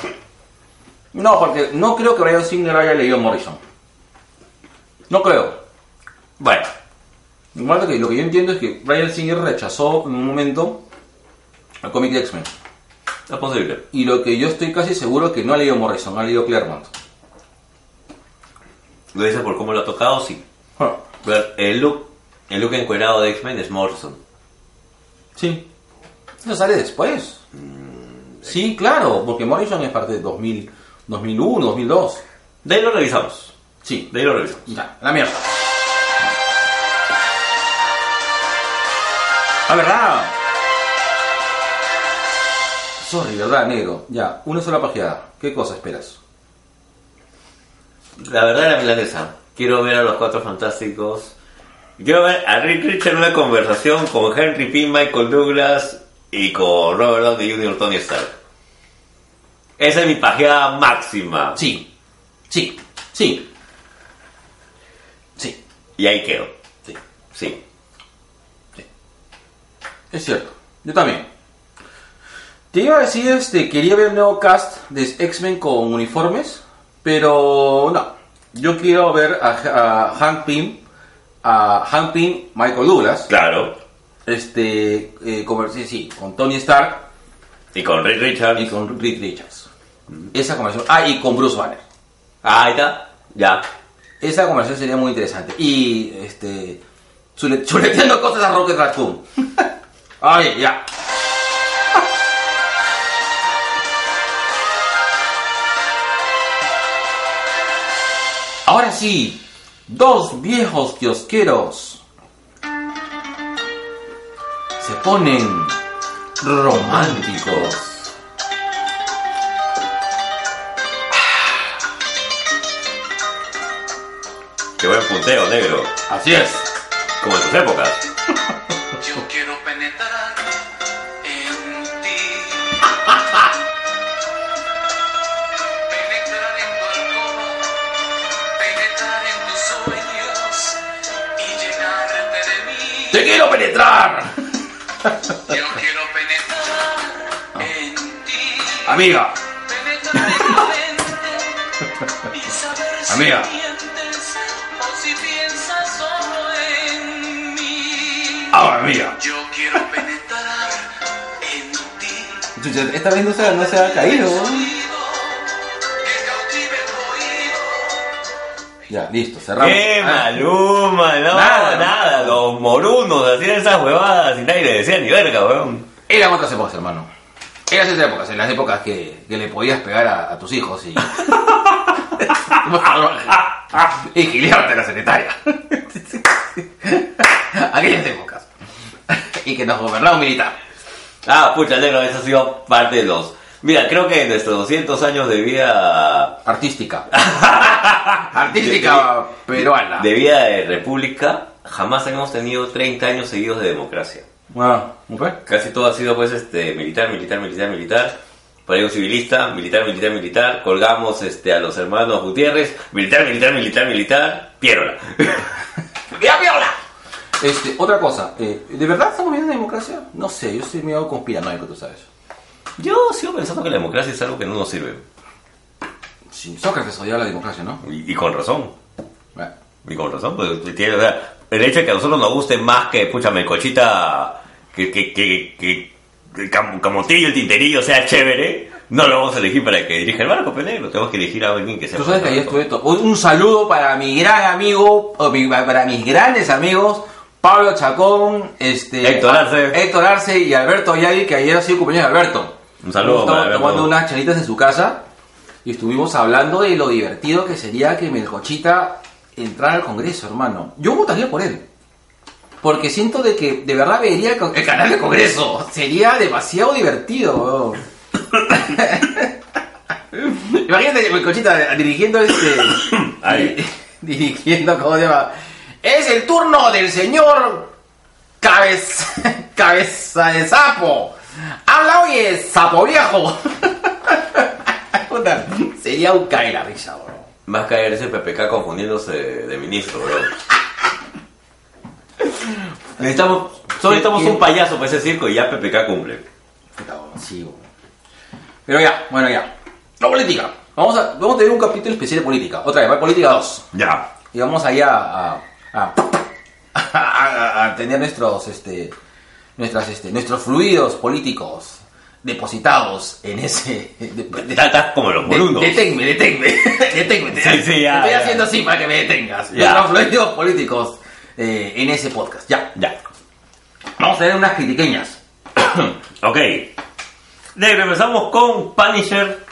No, porque no creo que Brian Singer haya leído Morrison. No creo.
bueno.
Igual que lo que yo entiendo es que Brian Singer rechazó en un momento el cómic de X-Men.
No es posible.
Y lo que yo estoy casi seguro que no ha leído Morrison, ha leído Claremont.
Lo dice por cómo lo ha tocado, sí.
Ah,
Pero el look, el look encuerado de X-Men es Morrison.
Sí. ¿No sale después? Sí, claro, porque Morrison es parte de 2000, 2001, 2002.
De ahí lo revisamos.
Sí.
De ahí lo revisamos.
Ya, la mierda. Ah, ¿verdad? Sorry, ¿verdad, negro? Ya, una sola pajeada. ¿Qué cosa esperas?
La verdad la milanesa. Quiero ver a los cuatro fantásticos. Quiero ver a Rick Richard en una conversación con Henry P. Michael Douglas y con Robert Downey Jr. Tony Stark. Esa es mi pajeada máxima.
Sí, sí, sí. Sí,
Y ahí quedo.
sí.
Sí.
Es cierto. Yo también. Te iba a decir, este, quería ver el nuevo cast de X-Men con uniformes, pero no. Yo quiero ver a, a Hank Pym, a Hank Pym, Michael Douglas,
Claro.
este, eh, conver- sí, sí, con Tony Stark
Y con Rick Richard.
y con Reed Richards. Esa conversación, ah, y con Bruce Banner.
Ah, ahí está. Ya.
Esa conversación sería muy interesante. Y, este, chule- chuleteando cosas a Rocket Raccoon. Ay, ya. Ahora sí, dos viejos kiosqueros se ponen románticos.
Qué buen punteo, negro.
Así es.
Como en tus épocas.
Yo quiero penetrar en ti. Penetrar en tu alcoba, penetrar en tus sueños y llenarte de mí.
¡Te quiero penetrar!
Yo quiero penetrar en ti.
Amiga,
Penetrar en tu mente y saber si
Amiga.
mientes o si piensas solo en mí.
ahora amiga.
Yo quiero penetrar en ti.
Chucha, Esta vez no se, no se ha caído. ¿no? Ya, listo, cerramos.
¡Qué
Ah.
maluma! No,
Nada.
nada, Los morunos hacían esas huevadas y nadie le decía ni verga, weón.
Eran otras épocas, hermano. Eran esas épocas, en las épocas que, que le podías pegar a, a tus hijos y. y gilearte a la secretaria. Aquellas épocas. y que nos gobernaba un militar.
Ah, pucha, negro, eso ha sido parte de los... Mira, creo que en nuestros 200 años de vida...
Artística. Artística peruana.
De vida de república, jamás hemos tenido 30 años seguidos de democracia.
Ah, ¿ok?
Casi todo ha sido, pues, este, militar, militar, militar, militar. Para un civilista, militar, militar, militar. Colgamos, este, a los hermanos Gutiérrez. Militar, militar, militar, militar. Piérola. ¡Ya, piérola!
Este, otra cosa, eh, ¿de verdad estamos viendo la democracia? No sé, yo soy medio conspiranoico, tú sabes.
Yo sigo pensando que la democracia es algo que no nos sirve.
Sí, Sócrates odiaba la democracia, ¿no?
Y, y con razón.
Bueno,
Y con razón, pues tiene, o sea, el hecho de que a nosotros nos guste más que, pucha, melcochita, que, que, que, que, que el Cam- camotillo, el tinterillo sea chévere, no lo vamos a elegir para que dirija el barco, pero negro, tenemos que elegir a alguien que sea...
Tú sabes que
para el
ayer
barco.
estuve to- Un un saludo para mi gran amigo, o mi- para mis grandes amigos, Pablo Chacón, este,
Héctor Arce.
A- Héctor Arce y Alberto Yagi, que ayer ha sido compañero de Alberto.
Un saludo
Estamos
para Alberto.
tomando unas chanitas en su casa y estuvimos hablando de lo divertido que sería que Melcochita entrara al Congreso, hermano. Yo votaría por él. Porque siento de que de verdad vería el, con- el canal del Congreso. Sería demasiado divertido. weón. Imagínate el cochita dirigiendo este.
Ahí.
di- dirigiendo, ¿cómo se llama? Es el turno del señor cabeza, cabeza de sapo. Habla oye, sapo viejo. Puta, Sería un caer la risa, bro.
Más caer ese PPK confundiéndose de ministro, bro. necesitamos, solo necesitamos un payaso para ese circo y ya PPK cumple.
Puta, bro, sí, bro. Pero ya, bueno, ya. La política. Vamos a, vamos a tener un capítulo especial de política. Otra vez, va política 2.
Ya.
y vamos allá a, a, a- a- a tener nuestros este nuestras este nuestros fluidos políticos depositados en ese. de- de-
Ya estás como los
de-
boludos.
deténme, deténme, deténme. te-
Sí, sí, ya,
te estoy
ya.
haciendo así para que me detengas.
Ya.
Los influencios políticos eh, en ese podcast. Ya.
Ya.
Vamos a ver unas critiqueñas.
Ok. De, empezamos con Punisher.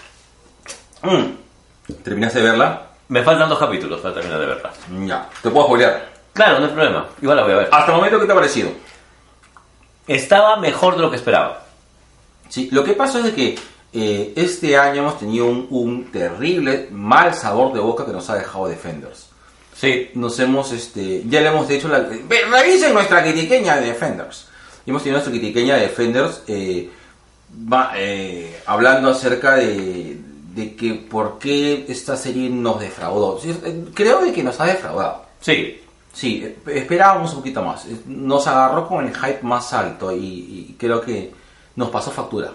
¿Terminaste de verla?
Me faltan dos capítulos para terminar de verla.
Ya. Te puedo spoilear.
Claro, no hay problema. Igual la voy a ver.
Hasta el momento, ¿qué te ha parecido?
Estaba mejor de lo que esperaba.
Sí, lo que pasa es de que eh, este año hemos tenido un, un terrible mal sabor de boca que nos ha dejado Defenders.
Sí.
Nos hemos, este, ya le hemos hecho la... ve, Revisen nuestra critiqueña de Defenders. Y Hemos tenido nuestra critiqueña de Defenders eh, va, eh, hablando acerca de, de que por qué esta serie nos defraudó. Sí, eh, Creo de que nos ha defraudado.
Sí.
Sí, eh, esperábamos un poquito más. Eh, Nos agarró con el hype más alto y, y creo que nos pasó factura.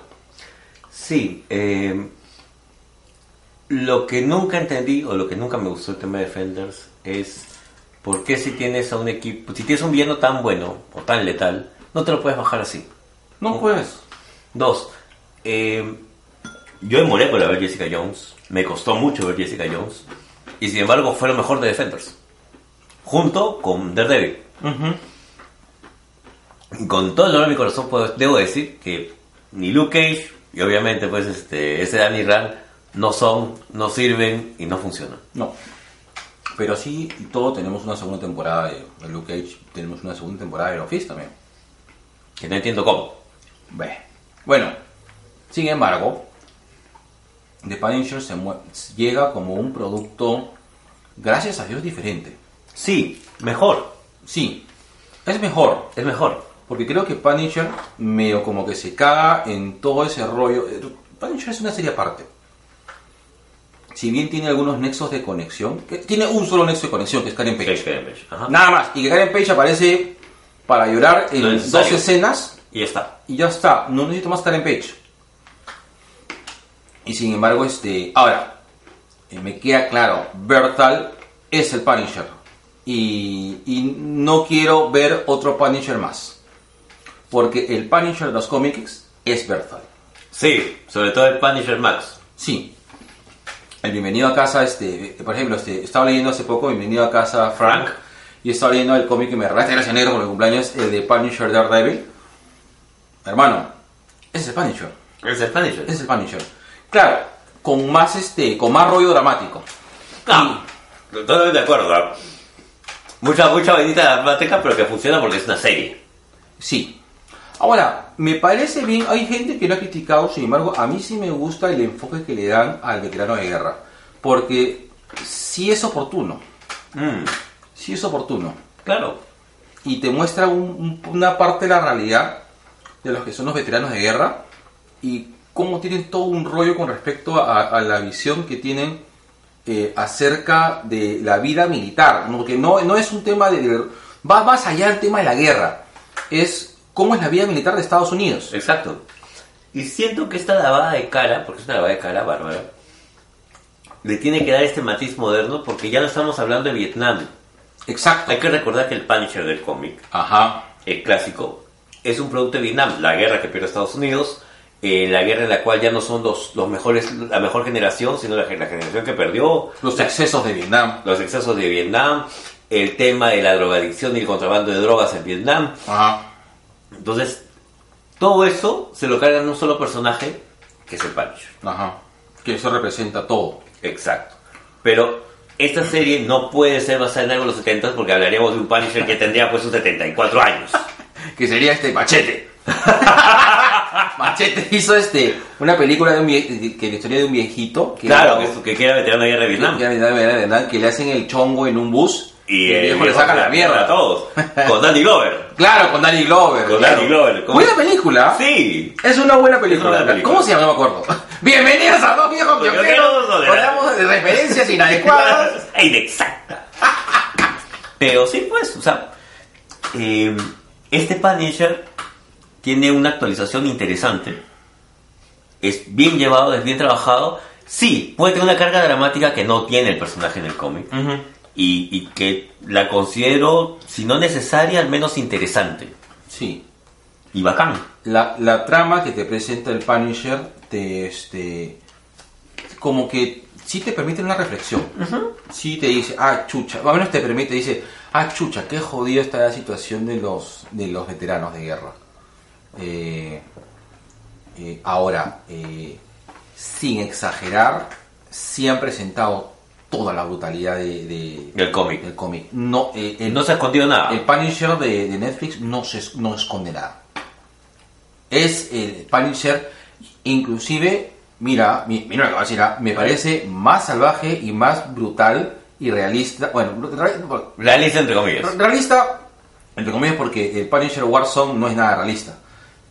Sí. eh, lo que nunca entendí o lo que nunca me gustó el tema de Defenders es por qué si tienes a un equipo, si tienes un villano tan bueno o tan letal, no te lo puedes bajar así.
No puedes.
Dos, eh, yo demoré por ver Jessica Jones. Me costó mucho ver Jessica Jones. Y sin embargo, fue lo mejor de Defenders. Junto con Daredevil. Y Con todo el dolor de mi corazón, puedo- debo decir que ni Luke Cage y obviamente pues este, ese Danny Rand no son, no sirven y no funcionan.
No. Pero sí, y todo tenemos una segunda temporada de de Luke Cage, tenemos una segunda temporada de The Office también.
Que no entiendo cómo.
Ve. Bueno, sin embargo, The Punisher se mue- llega como un producto, gracias a Dios, diferente.
Sí, mejor.
Sí, es mejor,
Es mejor.
Porque creo que Punisher medio como que se caga en todo ese rollo. Eh, Punisher es una serie aparte. Si bien tiene algunos nexos de conexión, que tiene un solo nexo de conexión, que es Karen Page.
Cage, Karen Page. Ajá.
Nada más. Y que Karen Page aparece para llorar en
Lo
dos
necesario.
escenas
Y ya está.
y ya está. No necesito más Karen Page. Y sin embargo, este. Ahora, eh, me queda claro, Bertal es el Punisher. Y, y no quiero ver otro Punisher más. Porque el Punisher de los cómics es Bertal.
Sí, sobre todo el Punisher Max.
Sí. El bienvenido a casa, este, eh, por ejemplo, este, estaba leyendo hace poco Bienvenido a casa Frank.
Frank.
Y estaba leyendo el cómic que me regalaste gracias negro por el cumpleaños, el de Punisher Daredevil. Hermano, ese es el Punisher.
Es el Punisher.
Ese es el Punisher. Claro, con más este, con más rollo dramático.
Ah, totalmente de acuerdo. ¿ah? Mucha, mucha bendita dramática, pero que funciona porque es una serie.
Sí. Ahora, me parece bien, hay gente que lo ha criticado, sin embargo, a mí sí me gusta el enfoque que le dan al veterano de guerra. Porque sí es oportuno, sí es oportuno.
Mm, claro.
Y te muestra un- un- una parte de la realidad de los que son los veteranos de guerra y cómo tienen todo un rollo con respecto a, a la visión que tienen eh, acerca de la vida militar, ¿no? porque no, no es un tema de... de- va más allá del tema de la guerra, es cómo es la vida militar de Estados Unidos.
Exacto. Y siento que esta lavada de cara, porque es una lavada de cara bárbara, le tiene que dar este matiz moderno porque ya no estamos hablando de Vietnam.
Exacto.
Hay que recordar que el Punisher del cómic,
Ajá.
el clásico, es un producto de Vietnam, la guerra que pierde Estados Unidos, eh, la guerra en la cual ya no son los, los mejores, la mejor generación, sino la, la generación que perdió,
Los
la-
excesos de Vietnam.
los excesos de Vietnam, el tema de la drogadicción y el contrabando de drogas en Vietnam.
Ajá.
Entonces, todo eso se lo cargan en un solo personaje, que es el Punisher.
Ajá. Que eso representa todo.
Exacto. Pero esta serie no puede ser basada en algo de los 70 porque hablaríamos de un Punisher que tendría pues sus 74 años.
Que sería este machete. machete hizo este una película de un vie- de- que la historia de un viejito que
Claro,
era-
que, su- que era veterano de guerra de Vietnam.
que era veterano de guerra de Vietnam, que le hacen el chongo en un bus
Y
el
eh,
viejo le saca la
a
mierda.
todos. Con Danny Glover.
Claro, con Danny Glover.
Con
claro.
Danny Glover. ¿cómo?
Buena película.
Sí.
Es una buena película.
Es una buena película.
¿Cómo se llama? No me acuerdo. Bienvenidos a dos viejos
Los
pioneros.
pioneros de la-
Hablamos de referencias inadecuadas.
E inexacta. Pero sí, pues, o sea, eh, este Punisher tiene una actualización interesante. Es bien llevado, es bien trabajado. Sí, puede tener una carga dramática que no tiene el personaje en el cómic. y, y que la considero, si no necesaria, al menos interesante.
Sí.
Y bacán.
la, la trama que te presenta el Punisher te este como que sí te permite una reflexión. Sí te dice, ah, chucha, o al menos te permite, dice, ah, chucha, qué jodida está la situación de los, de los veteranos de guerra. Eh, eh, ahora, eh, sin exagerar, sí han presentado toda la brutalidad de, de-
Del cómic.
del cómic. No, eh, el-
No se ha escondido nada.
el Punisher de, de Netflix no, se, es- no esconde nada. Es el Punisher, inclusive, mira, mi- mira lo que voy a decir, ah, me parece más salvaje y más brutal y realista. Bueno, br- re-
Realista entre comillas.
realista, entre comillas, porque el Punisher Warzone no es nada realista.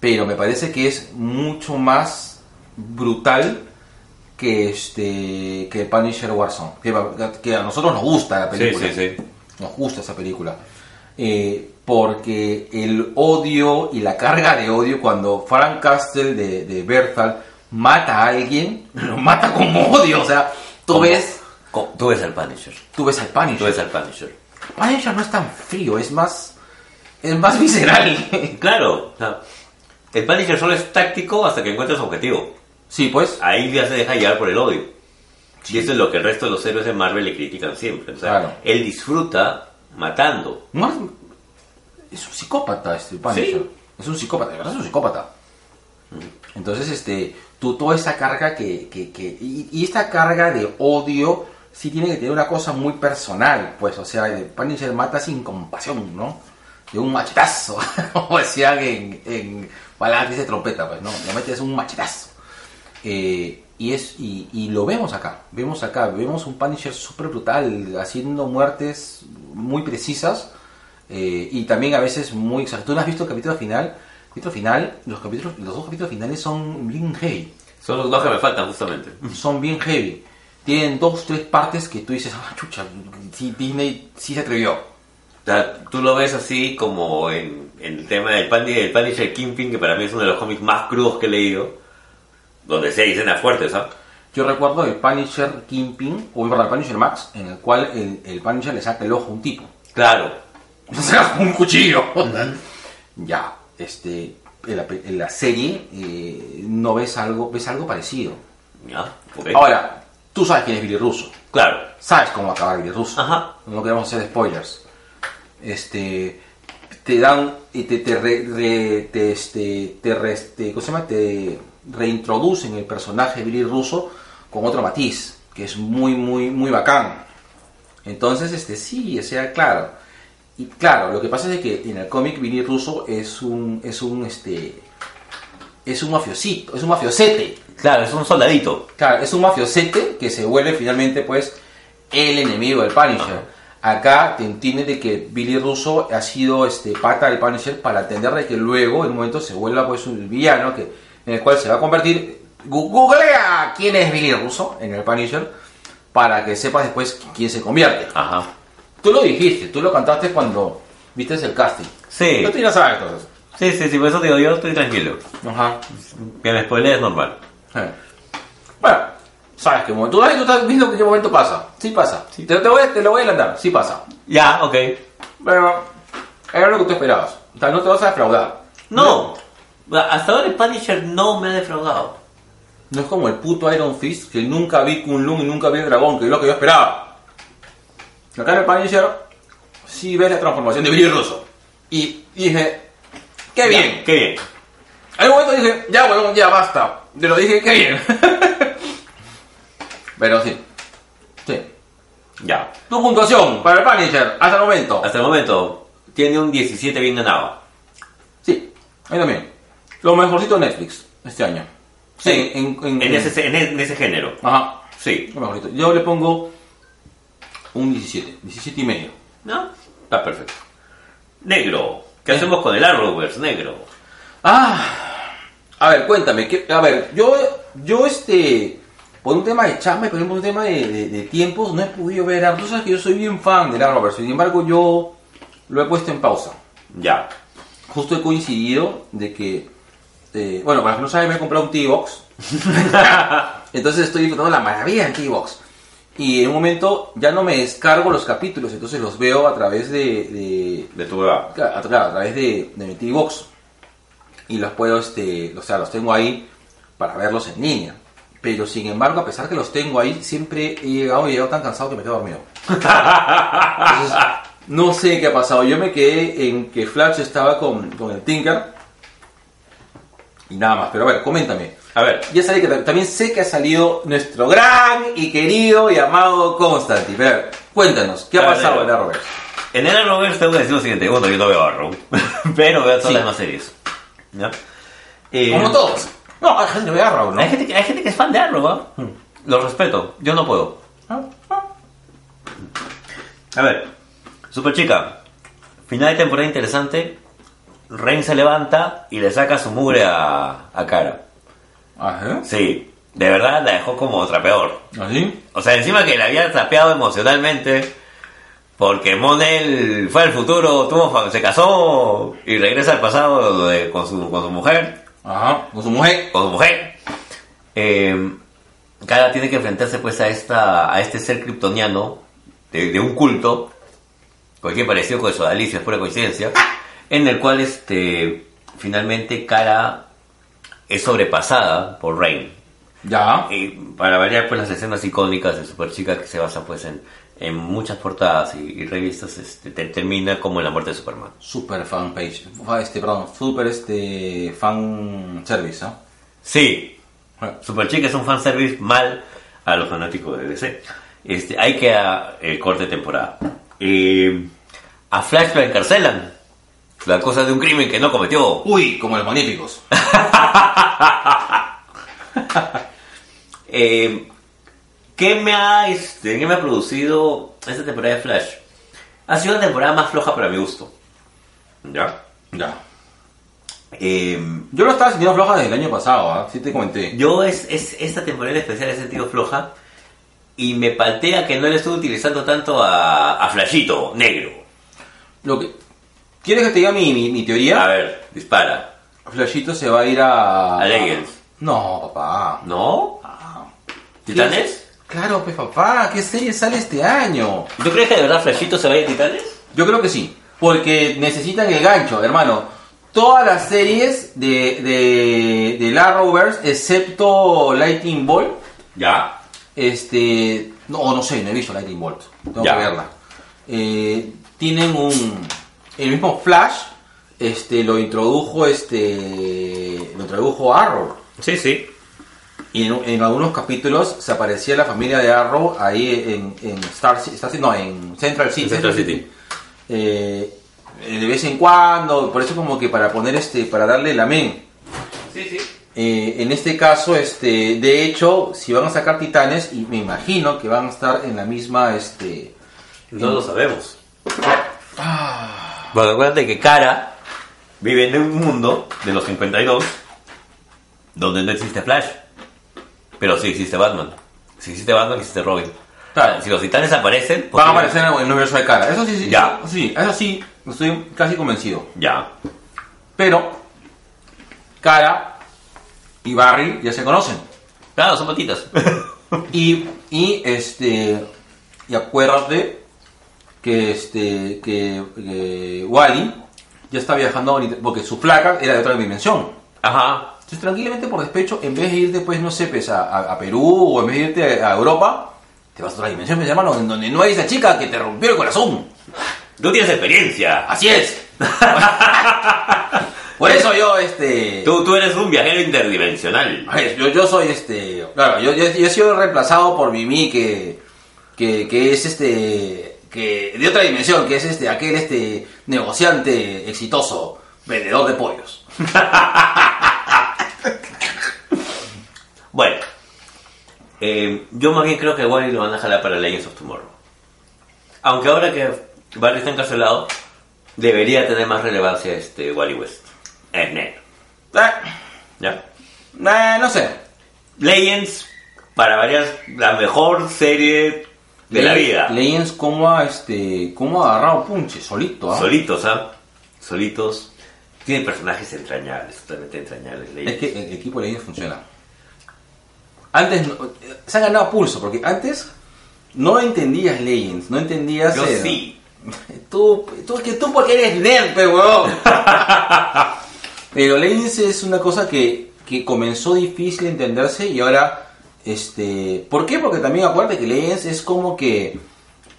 Pero me parece que es mucho más brutal que este que el Punisher Warzone. Que, que a nosotros nos gusta la
Sí,
película
sí, sí.
nos gusta esa película. Eh, porque el odio y la carga de odio cuando Frank Castle de, de Berthal mata a alguien, lo mata con odio. O sea, tú
¿Cómo?
ves,
Co- Tú ves al Punisher.
tú ves al Punisher.
Tú ves al Punisher.
Punisher no es tan frío, es más, es más visceral.
Claro. o sea, el Punisher solo es táctico hasta que encuentra su objetivo.
sí, pues.
Ahí ya se deja llevar por el odio. Y eso es lo que el resto de los héroes de Marvel le critican siempre. O sea,
Claro.
él disfruta matando.
No es- es un psicópata este Punisher.
Sí.
Es un psicópata, de verdad es un psicópata. Entonces, este, tú, toda esa carga que. que- que- y, y esta carga de odio sí tiene que tener una cosa muy personal, pues. O sea, el Punisher mata sin compasión, ¿no? De un machetazo. como decían en, en baladas dice trompeta, pues, ¿no? Le metes un machetazo. Eh, y, es, y, y lo vemos acá, vemos acá, vemos un Punisher súper brutal, haciendo muertes muy precisas eh, y también a veces muy exactas. Tú no has visto el capítulo final, capítulo final los, capítulos, los dos capítulos finales son bien heavy,
Son los dos que me faltan, justamente.
son bien heavy. Tienen dos, tres partes que tú dices, ah, chucha, sí, Disney sí se atrevió.
O sea, tú lo ves así como en, en el tema del Pandi, el Punisher Kingpin, que para mí es uno de los cómics más crudos que he leído. Donde se hay escenas fuertes, ¿sabes?
Yo recuerdo el Punisher Kingpin, o perdón, el Punisher Max, en el cual el, el Punisher le saca el ojo a un tipo.
Claro.
O sea, un cuchillo. ya, este, en la, pe- en la serie eh, no ves algo, ves algo parecido.
¿Ya? ok.
Ahora, tú sabes quién es Billy Russo,
Claro.
sabes cómo va a acabar Billy Russo.
Ajá.
No queremos hacer spoilers. Este, te dan y te te re- re- te, este, te re- este, ¿cómo se llama? Te reintroducen el personaje de Billy Russo con otro matiz que es muy muy muy bacán. Entonces, este sí, o sea, claro. Y claro, lo que pasa es que en el cómic Billy Russo es un es un este es un mafiosito, es un mafiosete.
Claro, es un soldadito.
Claro, es un mafiosete que se vuelve finalmente, pues, el enemigo del Punisher. Acá te entiende de que Billy Russo ha sido este pata del Punisher para entender de que luego, en un momento, se vuelva, pues, un villano que, en el cual se va a convertir. Gu- Googlea quién es Billy Russo en el Punisher para que sepas después quién se convierte.
Ajá.
Tú lo dijiste, tú lo cantaste cuando viste el casting.
Sí.
Pero tú ya sabes todo eso.
Sí, sí, sí, por eso te digo, yo estoy tranquilo.
Ajá.
Que me spoilé es normal.
Eh. Bueno, sabes que momento. Tú, ay, tú estás viendo que qué momento pasa. Sí pasa. Te, te voy, a- te lo voy a adelantar. Sí pasa.
Ya, ok.
Pero era lo que tú esperabas. O sea, no te vas a defraudar.
No. Hasta ahora el Punisher no me ha defraudado.
No es como el puto Iron Fist que nunca vi Kun Lung y nunca vi el dragón, que es lo que yo esperaba. Acá en el Punisher sí ves la transformación de Billy Russo. Y dije, qué
Ya,
bien.
Qué bien.
En un momento dije, ya huevón, ya basta. Te lo dije, qué bien. Pero sí. Sí.
Ya.
Tu puntuación para el Punisher hasta el momento.
Hasta el momento tiene un 17 bien ganado.
Sí, ahí también. Lo mejorcito de Netflix este año. Sí, en, en-
En ese, en ese- en ese género.
Ajá,
Sí.
lo mejorcito. Yo le pongo un 17, 17 y medio.
¿No? Está perfecto. Negro. ¿Qué hacemos con el Arrowverse, negro?
Ah, a ver, cuéntame. ¿qué- a ver, yo, yo este, por un tema de chamba y por un tema de, de- de tiempos, no he podido ver a... Tú sabes que yo soy bien fan del Arrowverse, sin embargo yo lo he puesto en pausa.
Ya.
justo he coincidido de que, eh, bueno, para los que no saben, me he comprado un T-Box. entonces estoy disfrutando la maravilla del T-Box. Y en un momento ya no me descargo los capítulos, entonces los veo a través de, de-
De tu edad.
claro, a, claro, a través de, de mi T-Box. y los puedo, este, o sea, los tengo ahí para verlos en línea. Pero sin embargo, a pesar que los tengo ahí, siempre he llegado y he llegado tan cansado que me quedo dormido. Entonces, no sé qué ha pasado. Yo me quedé en que Flash estaba con, con el Tinker y nada más. Pero a ver, coméntame.
A ver,
Ya sabía que ta- también sé que ha salido nuestro gran y querido y amado Constantine. Pero a ver, cuéntanos, ¿qué ha
A ver,
pasado
a
en
ver.
Arrowverse?
En el Arrowverse tengo que decir lo siguiente, bueno, yo no veo Arrow, pero veo todas
Sí.
las demás series. ¿ya? Eh,
Como todos. No, hay gente que ve Arrow, ¿no?
Hay gente, que- hay gente que es fan de Arrow, ¿ah? Lo respeto, yo no puedo. A ver, Super Chica, final de temporada interesante, Reign se levanta y le saca su mugre a, a Cara.
Ajá.
Sí, de verdad la dejó como trapeador.
¿Así?
O sea, encima que la había trapeado emocionalmente. Porque Monel fue al futuro, tuvo, fa- se casó y regresa al pasado de- con, su, con su mujer.
Ajá. Con su mujer.
Con su mujer. Eh, Cara tiene que enfrentarse pues a, esta, a este ser kryptoniano de, de un culto. Cualquier parecido con eso de Alicia es pura coincidencia. En el cual este finalmente Cara es sobrepasada por Rain.
Ya.
Y para variar pues las escenas icónicas de Superchica que se basan pues en, en muchas portadas y, y revistas este, te- termina como en la muerte de Superman.
Super fan page. Fa- Este, perdón. Super este fan service, ¿ah? ¿no?
Sí,
Ajá.
Superchica es un fanservice mal a los fanáticos de DC. Este, hay que el corte de temporada. Eh, a Flash lo encarcelan. La cosa de un crimen que no cometió.
Uy, como los magníficos.
Eh, ¿qué, me ha, este, ¿Qué me ha producido esta temporada de Flash? Ha sido una temporada más floja para mi gusto. ¿Ya?
Ya.
Eh,
Yo lo estaba sintiendo floja desde el año pasado, ¿ah? Sí te comenté.
yo es, es- esta temporada en especial he sentido floja y me paltea que no le estuve utilizando tanto a, a Flashito negro.
Lo que... ¿Quieres que te diga mi, mi, mi teoría?
A ver, dispara.
Flashito se va a ir a...
A Legends.
No, papá.
¿No? ¿Titanes?
Claro, pues papá, ¿qué serie sale este año?
¿Tú crees que de verdad Flashito se vaya a Titanes?
Yo creo que sí, porque necesitan el gancho, hermano. Todas las series de, de, del Arrowverse, excepto Lightning Bolt,
Ya.
este... No, no sé, no he visto Lightning Bolt, tengo
Ya.
que verla. Eh, tienen un... El mismo Flash, este, lo introdujo este... Lo introdujo Arrow.
Sí, sí.
Y en, en algunos capítulos se aparecía la familia de Arrow ahí en, en Star, Ci- Star Ci- no, en Central City.
En Central City.
Eh, eh, de vez en cuando, por eso como que para poner este, para darle la men.
Sí, sí.
Eh, en este caso, este, de hecho, si van a sacar Titanes, y me imagino que van a estar en la misma, este,
No lo sabemos. Bueno, acuérdate que Cara vive en un mundo de los 52 donde no existe Flash, pero sí existe Batman. Si existe Batman, existe Robin.
Claro.
Si los titanes aparecen,
van a
pues-
aparecer en el universo de cara. Eso sí, sí,
Ya.
sí, eso sí, estoy casi convencido.
Ya.
Pero, cara y Barry ya se conocen.
Claro, son patitas.
Y, y este y acuérdate que este que, que Wally ya está viajando ahorita, porque su placa era de otra dimensión.
Ajá.
Entonces tranquilamente por despecho, en vez de irte pues no sé, pues, a, a- a Perú o en vez de irte a Europa, te vas a otra dimensión, pues, hermano, en donde no hay esa chica que te rompió el corazón.
Tú tienes experiencia.
Así es. por eso yo este
Tú, tú eres un viajero interdimensional.
A ver, Pues yo, yo soy este. Claro, yo, yo, yo he sido reemplazado por Mimi, que, que, que es este. que de otra dimensión, que es este aquel este negociante exitoso, vendedor de pollos.
Bueno. eh, yo más bien creo que Wally lo van a jalar para Legends of Tomorrow. Aunque ahora que Barry está encarcelado, debería tener más relevancia este Wally West. Es negro.
Eh,
¿Ya?
eh, no sé.
Legends, para variar, la mejor serie de la
Le-
vida.
Legends cómo ha este. cómo ha agarrado punche, solito, ¿ah?
Solitos, ¿ah? Solitos. Tiene personajes entrañables, totalmente entrañables. Legends.
Es que el equipo de Legends funciona. Antes no- eh, se ha ganado pulso, porque antes no entendías Legends, no entendías.
Yo
eh,
sí.
Tú, tú, que tú porque eres nerd, pe, huevón. Pero Leyes es una cosa que, que comenzó difícil de entenderse y ahora, este, ¿por qué? Porque también acuérdate que Leyes es como que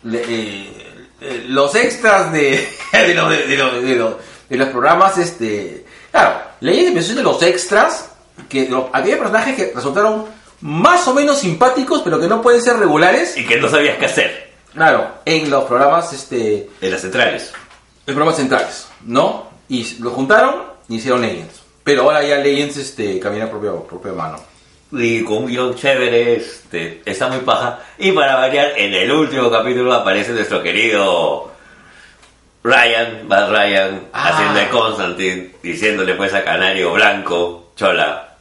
le- eh, eh, los extras de, de, lo- de- de lo- de lo- de los programas, este, claro, Leyes empezó siendo los extras, que lo- aquellos personajes que resultaron más o menos simpáticos, pero que no pueden ser regulares,
Y que no sabías qué hacer
claro, en los programas, este,
de las centrales.
los programas centrales, ¿no? Y lo juntaron y hicieron Legends. Pero ahora ya Legends este, camina propio, propio mano.
Y con un guión chévere, este, está muy paja. Y para variar, en el último capítulo aparece nuestro querido Ryan, Bad Ryan,
Ah.
haciendo de Constantine, diciéndole pues a Canario Blanco, Chola,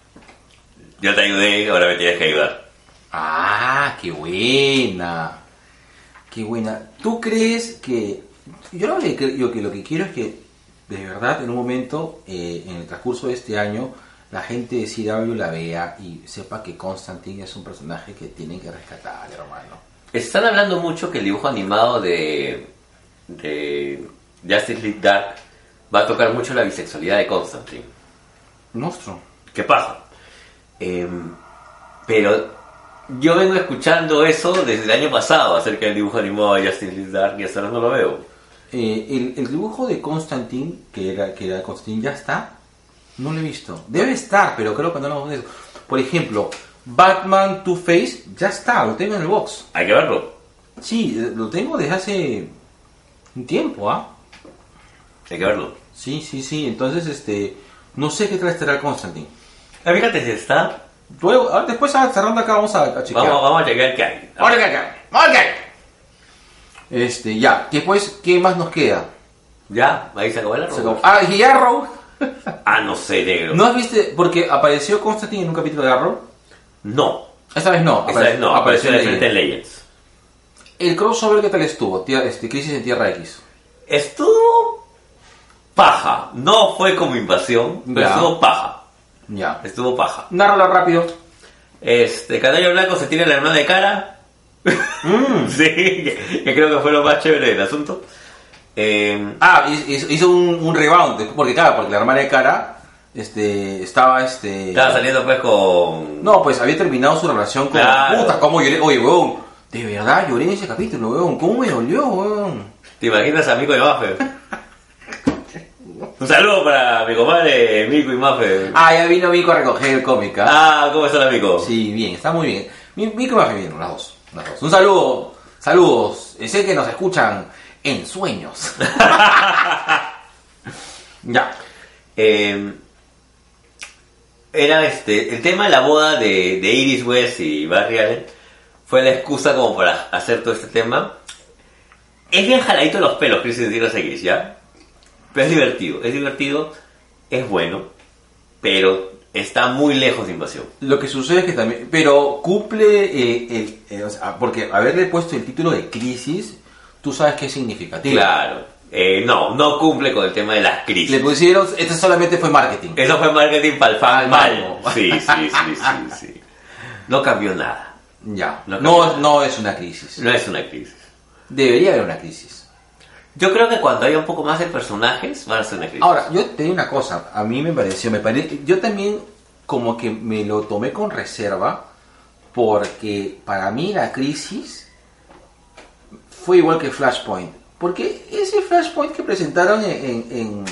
yo te ayudé, ahora me tienes que ayudar.
Ah, qué buena. Qué buena. ¿Tú crees que... Yo lo que, cre- yo que lo que quiero es que, de verdad, en un momento, eh, en el transcurso de este año, la gente de CW la vea y sepa que Constantine es un personaje que tienen que rescatar, hermano.
Están hablando mucho que el dibujo animado de, de Justice League Dark va a tocar mucho la bisexualidad de Constantine.
Monstruo.
¿Qué pasa? Em, pero yo vengo escuchando eso desde el año pasado acerca del dibujo animado de Justin League Dark y hasta ahora no lo veo.
Eh, el, el dibujo de Constantine, que era, que era Constantine, ya está. No lo he visto. Debe estar, pero creo que no lo hemos visto. Por ejemplo, Batman Two Face, ya está, lo tengo en el box.
Hay que verlo.
Sí, eh, lo tengo desde hace un tiempo, ¿ah?
Hay que verlo.
Sí, sí, sí. Entonces, este. No sé qué trae estará Constantine.
Ah, fíjate si está.
Luego, ahora después ah, cerrando acá vamos a, a chequear.
Vamos, vamos a chequear qué hay.
Ahora que acá. ahora que acá. Este, ya. Después, ¿qué más nos queda?
¿Ya? ¿Ahí se acabó el
Se acabó.
arroz?
Ah, y Arrow.
Ah, no sé, negro.
¿No has visto? Porque apareció Constantine en un capítulo de Arrow.
No.
Esta vez no.
Esa vez no. Apareció de frente en
Legends.
Legends.
El crossover, ¿qué tal estuvo? Tía- este, Crisis en Tierra X.
Estuvo paja. No fue como invasión, pero
Ya.
estuvo paja.
Ya.
Estuvo paja.
Narralo rápido.
Este, Canario Blanco se tira la hermana de cara. sí, que, que creo que fue lo más chévere del asunto. Eh,
Ah, hizo, hizo un, un rebound. Porque, claro, porque la hermana de cara este, estaba. Este,
estaba saliendo pues con.
No, pues había terminado su relación con.
Claro.
Puta, cómo lloré. Oye, weón. De verdad lloré en ese capítulo, weón. ¿Cómo me dolió, weón?
¿Te imaginas a Mico y Mafe? Un saludo para mi compadre Mico y Mafe.
Ah, ya vino Vico a recoger el cómic. ¿ah?
Ah, ¿cómo están, Mico?
Sí, bien, está muy bien. Mi, mi que me hace bien, las dos, las dos. Un saludo, saludos. eh, Sé que nos escuchan en sueños. ya.
Eh, era este. El tema de la boda de, de Iris West y Barry Allen fue la excusa como para hacer todo este tema. Es bien jaladito los pelos, Chris Tierra X, ¿ya? Pero es divertido, es divertido, es bueno, pero está muy lejos de invasión.
Lo que sucede es que también, pero cumple eh, el, eh, o sea, porque haberle puesto el título de crisis, tú sabes que es significativo.
Claro. Eh, no, no cumple con el tema de las crisis.
Le pusieron, este solamente fue marketing.
Eso fue marketing para el fan
Al
mal.
mango.
Sí, sí, sí, sí, sí. No cambió nada.
Ya.
Lo que-
No, no es una crisis.
No es una crisis.
Debería haber una crisis.
Yo creo que cuando haya un poco más de personajes, van a ser una crisis.
Ahora, yo te digo una cosa, a mí me pareció, me pare- yo también como que me lo tomé con reserva, porque para mí la crisis fue igual que Flashpoint. Porque ese Flashpoint que presentaron en, en- en-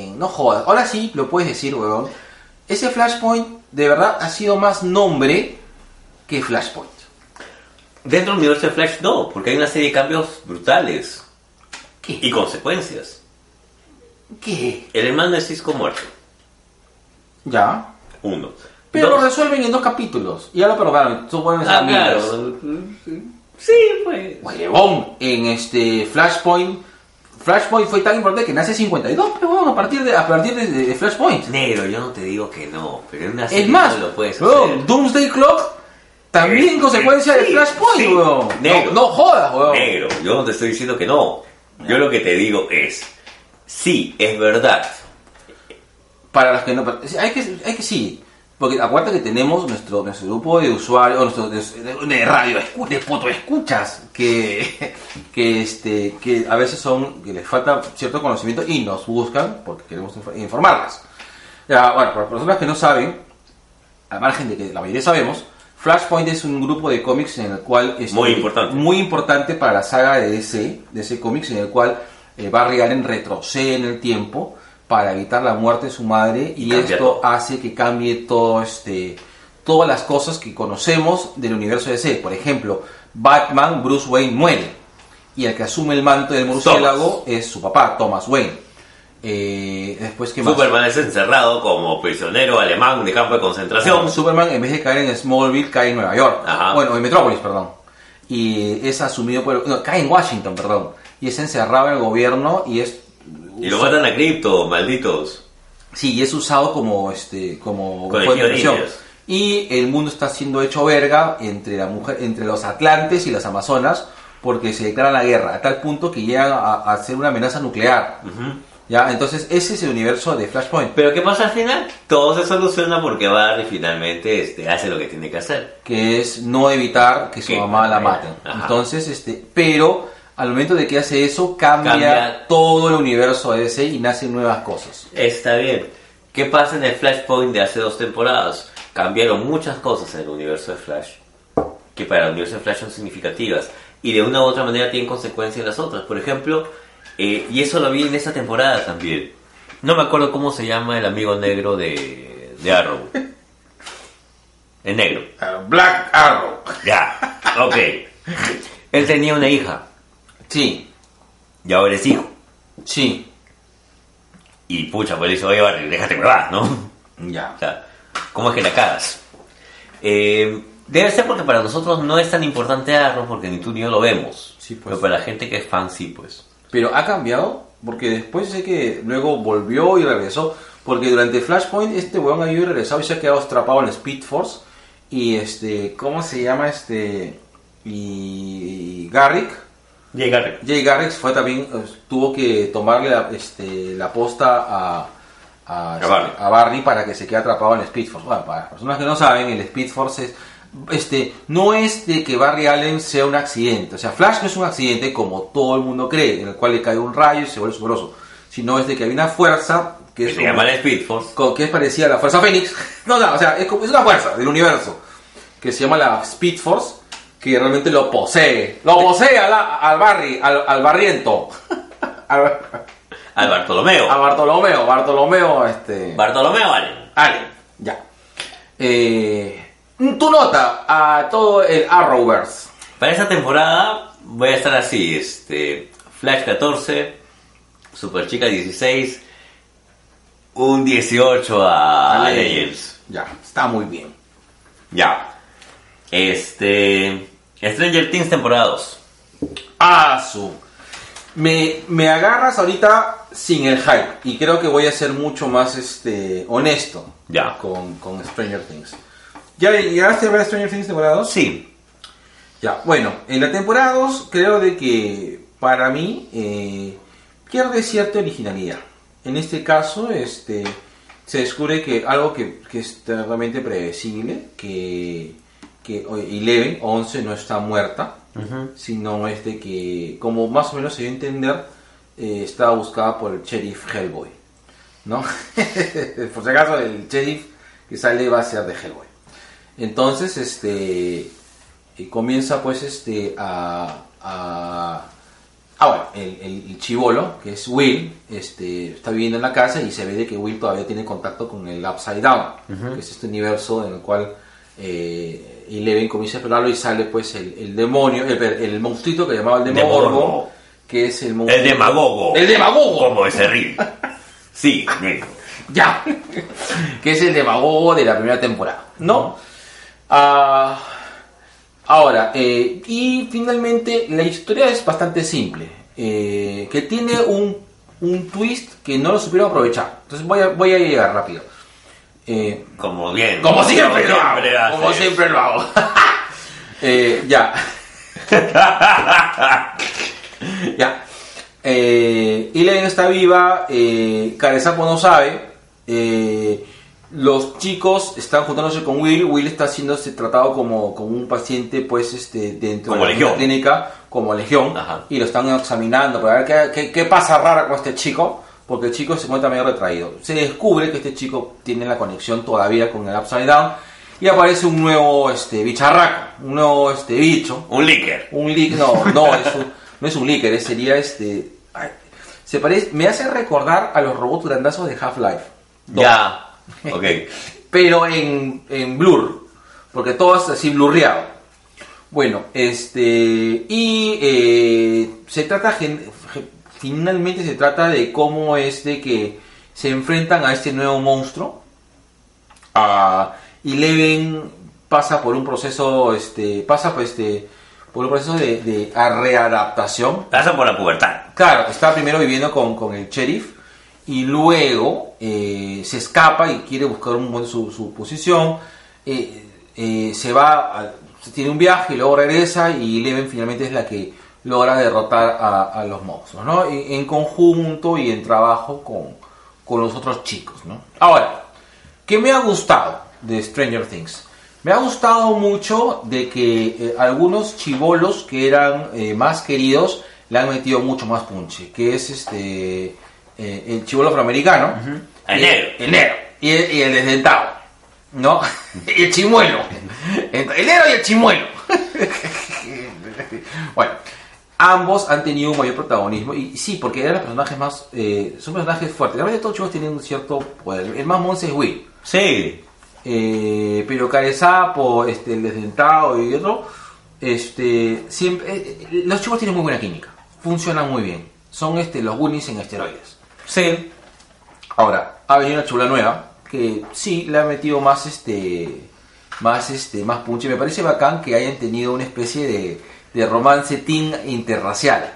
en- No jodas, ahora sí lo puedes decir, weón. Ese Flashpoint de verdad ha sido más nombre que Flashpoint.
Dentro del universo de Flash, no, porque hay una serie de cambios brutales y
¿Qué?
consecuencias.
¿Qué?
El hermano de Cisco muerto.
Ya.
Uno.
Pero
Dos.
lo resuelven en dos capítulos. Ya lo perdonaron. Suponen
Ah, claro. Sí, pues.
Huevón, en este Flashpoint. Flashpoint fue tan importante que nace 52, pero bueno, a partir de, a partir de, de Flashpoint.
Negro, yo no te digo que no, pero en una serie
Es más,
no lo puedes
huevón,
hacer.
Doomsday Clock también
Eh,
consecuencia de
sí,
Flashpoint,
sí.
huevón.
Negro.
No, no jodas, huevón.
Negro, yo no te estoy diciendo que no. Yo lo que te digo es, sí, es verdad.
Para los que no. para- hay, que, hay que sí. Porque acuérdate que tenemos nuestro, nuestro grupo de usuarios, nuestro, de, de radio, escu- de foto escuchas, que, que, este, que a veces son, que les falta cierto conocimiento y nos buscan porque queremos inf- informarlas. Ya, Ya, bueno, para las personas que no saben, al margen de que la mayoría sabemos, Flashpoint es un grupo de cómics en el cual es
Muy importante.
muy importante para la saga de ese de ese cómics en el cual eh, Barry Allen retrocede en el tiempo para evitar la muerte de su madre y,
Y cambia
esto
todo.
hace que cambie todo este todas las cosas que conocemos del universo DC. Por ejemplo, Batman Bruce Wayne muere y el que asume el manto del murciélago es su papá Thomas Wayne. Eh, después que
Superman es encerrado como prisionero alemán de campo de concentración.
Superman en vez de caer en Smallville cae en Nueva York.
Ajá.
Bueno, en Metrópolis, perdón. Y es asumido por el- no, cae en Washington, perdón. Y es encerrado en el gobierno y es
Y lo matan a Crypto, malditos.
sí, y es usado como este como
Colegio
fuente de
de
presión.
indios.
Y el mundo está siendo hecho verga entre la mujer, entre los atlantes y las amazonas porque se declara la guerra a tal punto que llegan a, a ser una amenaza nuclear. Ya, entonces ese es el universo de Flashpoint.
Pero ¿qué pasa al final? Todo se soluciona porque Barry finalmente este, hace lo que tiene que hacer.
que es no evitar que su
Que-
mamá la mate.
Ajá.
Entonces, este, pero al momento de que hace eso, cambia,
Cambia.
todo el universo de DC y nacen nuevas cosas.
Está bien. ¿Qué pasa en el Flashpoint de hace dos temporadas? Cambiaron muchas cosas en el universo de Flash, que para el universo de Flash son significativas, y de una u otra manera tienen consecuencias en las otras. Por ejemplo, eh, y eso lo vi en esta temporada también. No me acuerdo cómo se llama el amigo negro de, de Arrow. El negro.
Black Arrow.
Ya, ok. Él tenía una hija,
Sí,
y ahora es hijo.
sí,
Y pucha, pues le dice, oye, Barry, déjate me vas, ¿no?
ya.
O sea, ¿cómo es que la cagas? Eh, debe ser porque para nosotros no es tan importante Arrow porque ni tú ni yo lo vemos.
Sí, pues.
Pero para la gente que es fan, sí, pues.
Pero ha cambiado porque después sé que luego volvió y regresó. Porque durante Flashpoint este weón ha ido y regresado y se ha quedado atrapado en la Speed Force. Y este, ¿cómo se llama este? Y Garrick.
Llegar.
Jay Garrix fue también, eh, tuvo que tomarle la, este, la posta a, a, este,
Barney.
a Barney para que se quede atrapado en el Speed Force. Bueno, para las personas que no saben, el Speed Force es, este, no es de que Barry Allen sea un accidente. O sea, Flash no es un accidente como todo el mundo cree, en el cual le cae un rayo y se vuelve superoso. Sino es de que hay una fuerza que
Que
es
se
un-
llama la Speed Force.
con- que es parecida a la fuerza Fénix. No, no, o sea, es, como- es una fuerza del universo que se llama la Speed Force, que realmente lo posee. Lo posee a la- al Barry, al, al Barriento. Al-
Al Bartolomeo.
a Bartolomeo, Bartolomeo, este.
Bartolomeo, vale.
Ale, ya. Eh, tu nota a todo el Arrowverse.
Para esta temporada voy a estar así, este. Flash 14, Superchica 16, un 18 a, a Legends.
Ya, está muy bien.
Ya. Este. Stranger Things temporada 2.
Ah, su. Me, me agarras ahorita sin el hype. Y creo que voy a ser mucho más este, honesto
Ya.
Con, con Stranger Things. ¿Ya llegaste a ver Stranger Things temporada 2?
Sí,
Ya, bueno, en la temporada 2 creo de que para mí eh, pierde cierta originalidad. En este caso, este se descubre que algo que, que es realmente predecible, que, que o- Eleven, 11, no está muerta, sino es de que, como más o menos se dio a entender, eh, estaba buscada por el sheriff Hellboy. ¿No? por si acaso, el sheriff que sale va a ser de Hellboy. Entonces, este y comienza pues este a, a ah bueno el, el, chivolo que es Will este está viviendo en la casa y se ve de que Will todavía tiene contacto con el Upside Down que es este universo en el cual eh, Eleven comienza a explorarlo y sale pues el, el demonio el, el monstruito que llamaba el
Demogorgo.
Demogorgo que es el monstruo
El demagogo.
el demagogo
Como ese río. Sí, negro.
ya, que es el demagogo de la primera temporada, ¿no? Ah, ahora, eh, y finalmente la historia es bastante simple, eh, que tiene un, un twist que no lo supieron aprovechar. Entonces voy a, voy a llegar rápido. Eh,
Como bien.
como siempre lo hago,
siempre haces.
como siempre lo hago. Eh, ya. Ya. Eh, Elaine está viva, eh, Carezapo no sabe. eh, los chicos están juntándose con Will. Will está siendo este, tratado como, como un paciente, pues, este, dentro
Como
de la
legión.
clínica, como legión.
Ajá.
Y lo están examinando para ver qué, qué- qué pasa rara con este chico. porque el chico se encuentra medio retraído. Se descubre que este chico tiene la conexión todavía con el Upside Down y aparece un nuevo este, bicharraco, un nuevo este, bicho,
Un leaker.
un leak, no, no es un, no es un leaker, es- sería este. ay, se parece, me hace recordar a los robots grandazos de Half-Life,
Ya. Ok.
pero en, en blur, porque todo es así blurreado. Bueno, este. Y eh, se trata, gen- ge- finalmente se trata de cómo es de que se enfrentan a este nuevo monstruo. A Eleven pasa por un proceso, este, pasa pues, este, por un proceso de, de a- readaptación,
Pasa por la pubertad.
Claro, está primero viviendo con, con el sheriff y luego eh, se escapa y quiere buscar un buen su, su posición. eh, eh, se va, a- se tiene un viaje y luego regresa y Eleven finalmente es la que logra derrotar a, a los monstruos, ¿no? En, en conjunto y en trabajo con, con los otros chicos, ¿no? Ahora, ¿qué me ha gustado de Stranger Things? Me ha gustado mucho de que eh, algunos chivolos que eran eh, más queridos le han metido mucho más punche, que es este eh, el chivolo afroamericano,
El
y-
negro.
el negro y el, y el desdentado, ¿no? y el chimuelo, Ent- el negro y el chimuelo. bueno, ambos han tenido un mayor protagonismo y sí, porque eran los personajes más, eh, son personajes fuertes. Realmente todos los chicos tienen un cierto poder. El más monce es Will.
Sí.
Eh, pero Carezapo, este, el desdentado y otro, este, siempre, eh, eh, los chicos tienen muy buena química, funcionan muy bien, son este, los Goonies en esteroides.
Sí.
Ahora, ha venido una chula nueva que sí le ha metido más este más este más punche. Me parece bacán que hayan tenido una especie de, de romance teen interracial.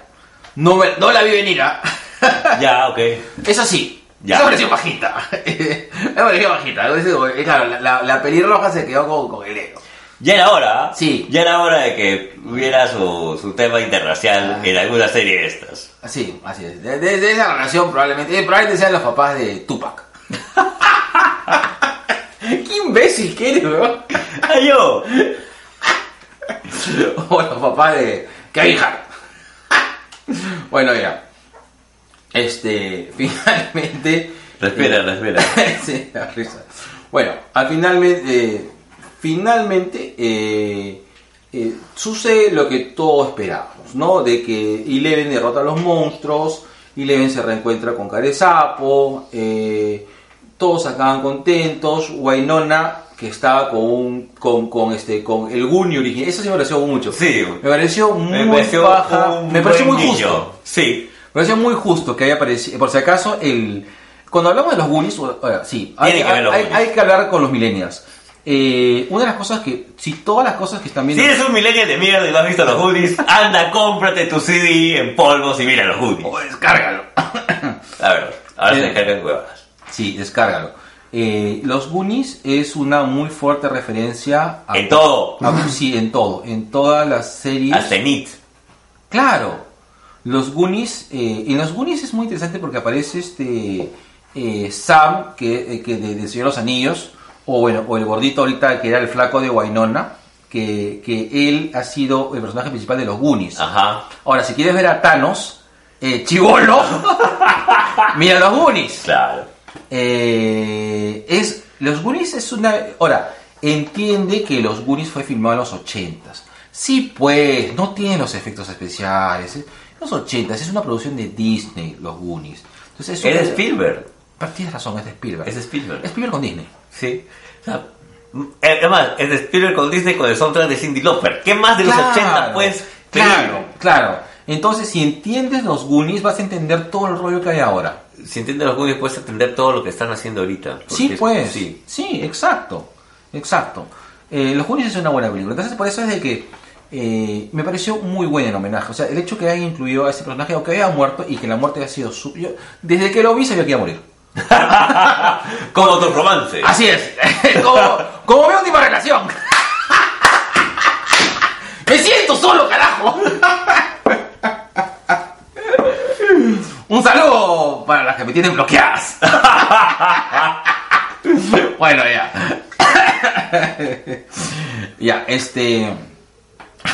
No, me- no la vi venir, ¿ah?
Ya, ok.
Eso sí.
Ya.
Ya. Me pareció bajita. me pareció bajita. Entonces, Claro, la, la, la pelirroja se quedó con, con el negro.
Ya era hora. ¿ah?
Sí.
Ya era hora de que hubiera su, su tema
Ah.
interracial en alguna serie de estas.
Así, así es. De, de- de esa relación probablemente, eh, probablemente sean los papás de Tupac. ¡Qué imbécil que eres, weón!
¡Ay, yo!
o los papás de Kevin Hart. bueno, mira. Este, finalmente.
Respira, respira.
sí, la risa. Bueno, al finalmente. eh, finalmente. eh, eh, sucede lo que todos esperábamos, ¿no? De que Eleven derrota a los monstruos, Eleven se reencuentra con Carezapo, eh, todos acaban contentos, Wainona, que estaba con, un- con, con, este, con el Guni original, eso sí me pareció mucho.
Sí.
Me pareció muy baja,
un
me pareció
buen
muy
niño.
justo.
Sí.
Me pareció muy justo que haya aparecido. Por si acaso, el. Cuando hablamos de los bullies, o- ahora, sí, hay,
Tiene que ver los
hay-
bullies.
hay que hablar con los millennials. Eh, una de las cosas que. Si todas las cosas que están
Si
viendo.
eres un millennial de mierda y no has visto los hoodies, anda, cómprate tu CD en polvos y mira los hoodies.
descárgalo.
A ver, ahora se
Bien.
descargan huevas.
Sí, descárgalo. Eh, los Goonies es una muy fuerte referencia a.
En todo.
a- sí, en todo. En todas las series.
Hasta en IT.
Claro. Los Goonies. eh, en los Goonies es muy interesante porque aparece este. eh, Sam, que, eh, que de, de Señor de los Anillos. O bueno, o el gordito ahorita que era el flaco de Wainona. Que, que él ha sido el personaje principal de los Goonies.
Ajá.
Ahora, si quieres ver a Thanos, eh, chivolo, mira los Goonies.
Claro.
Eh, es, los Goonies es una... Ahora, entiende que Los Goonies fue filmado en los 80 Sí, pues, no tiene los efectos especiales. eh. Los 80 es una producción de Disney, Los Goonies. Entonces, es una-
Era Spielberg.
Pero Tienes razón, es de Spielberg.
Es de Spielberg.
Spielberg con Disney.
Sí. O sea, m- eh, además, es de Spielberg con Disney con el soundtrack de Cindy Lauper. ¿Qué más de los
Claro,
80 pues?
Claro, claro. Entonces, si entiendes Los Goonies, vas a entender todo el rollo que hay ahora.
Si entiendes los hoodies, puedes entender todo lo que están haciendo ahorita. Porque
Sí,
es-
pues.
Sí.
Sí, exacto. Exacto. Eh, Los Goonies es una buena película. Entonces, por eso es de que eh, me pareció muy buen el homenaje. O sea, el hecho que hayan incluido a ese personaje, aunque haya muerto y que la muerte haya sido su. yo- desde que lo vi, sabía que iba a morir.
Como tu romance.
Así es. como, como mi última relación. Me siento solo, carajo. Un saludo para las que me tienen bloqueadas. bueno, ya. ya, este.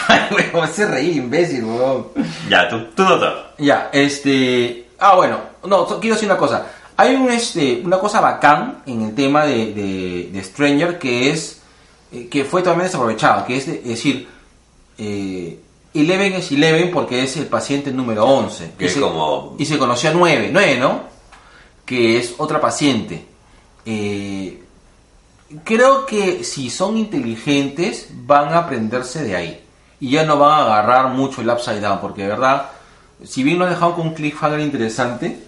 Ay, weón, me hace reír, imbécil, weón.
Ya, tú, tú no te-
Ya, este. Ah, bueno, no, so- quiero decir una cosa. Hay un, este, una cosa bacán en el tema de, de- de Stranger que es eh, que fue totalmente desaprovechada, que es de- decir, eh, Eleven es Eleven porque es el paciente número 11.
Que
y
es
se,
como-
Y se conoció a 9, 9, ¿no? Que es otra paciente. Eh, creo que si son inteligentes van a aprenderse de ahí. Y ya no van a agarrar mucho el upside down, porque de verdad, si bien lo han dejado con un cliffhanger interesante,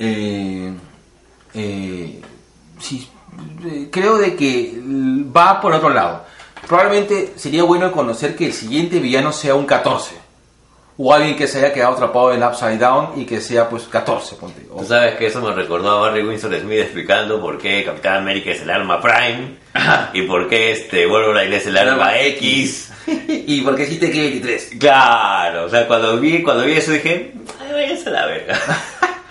eh, eh, sí, eh, creo de que l- va por otro lado. Probablemente sería bueno conocer que el siguiente villano sea un 14. O alguien que se haya quedado atrapado en el upside down y que sea pues 14, ponte. O-
Tú sabes que eso me recordó a Barry Winsor Smith explicando por qué Capitán América es el arma Prime y por qué este Wolverine es el arma X.
y porque sí te 23.
Claro, o sea, cuando vi, cuando vi eso dije, ay, váyanse a la verga.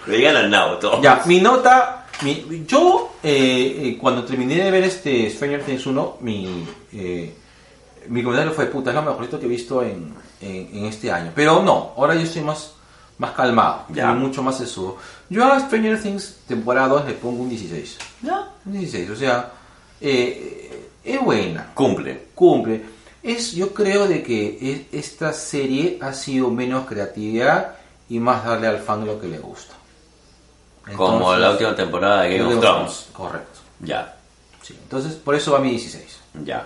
Le llegan al nabo todo.
Ya, mi nota. mi- yo, eh, eh, cuando terminé de ver este Stranger Things 1, mi, eh, mi comentario fue: puta, es lo mejorito que he visto en, en- en este año. Pero no, ahora yo estoy más, más calmado.
Ya.
Ya. Mucho más sesudo. Yo a Stranger Things temporada 2 le pongo un 16. Un 16, o sea, eh, eh, es buena,
Cumple.
cumple. Es, yo creo de que es- esta serie ha sido menos creatividad y más darle al fan lo que le gusta.
Como
Entonces-
la última temporada de Game of Thrones.
Correcto.
Ya,
Sí. Entonces, por eso va mi 16.
ya.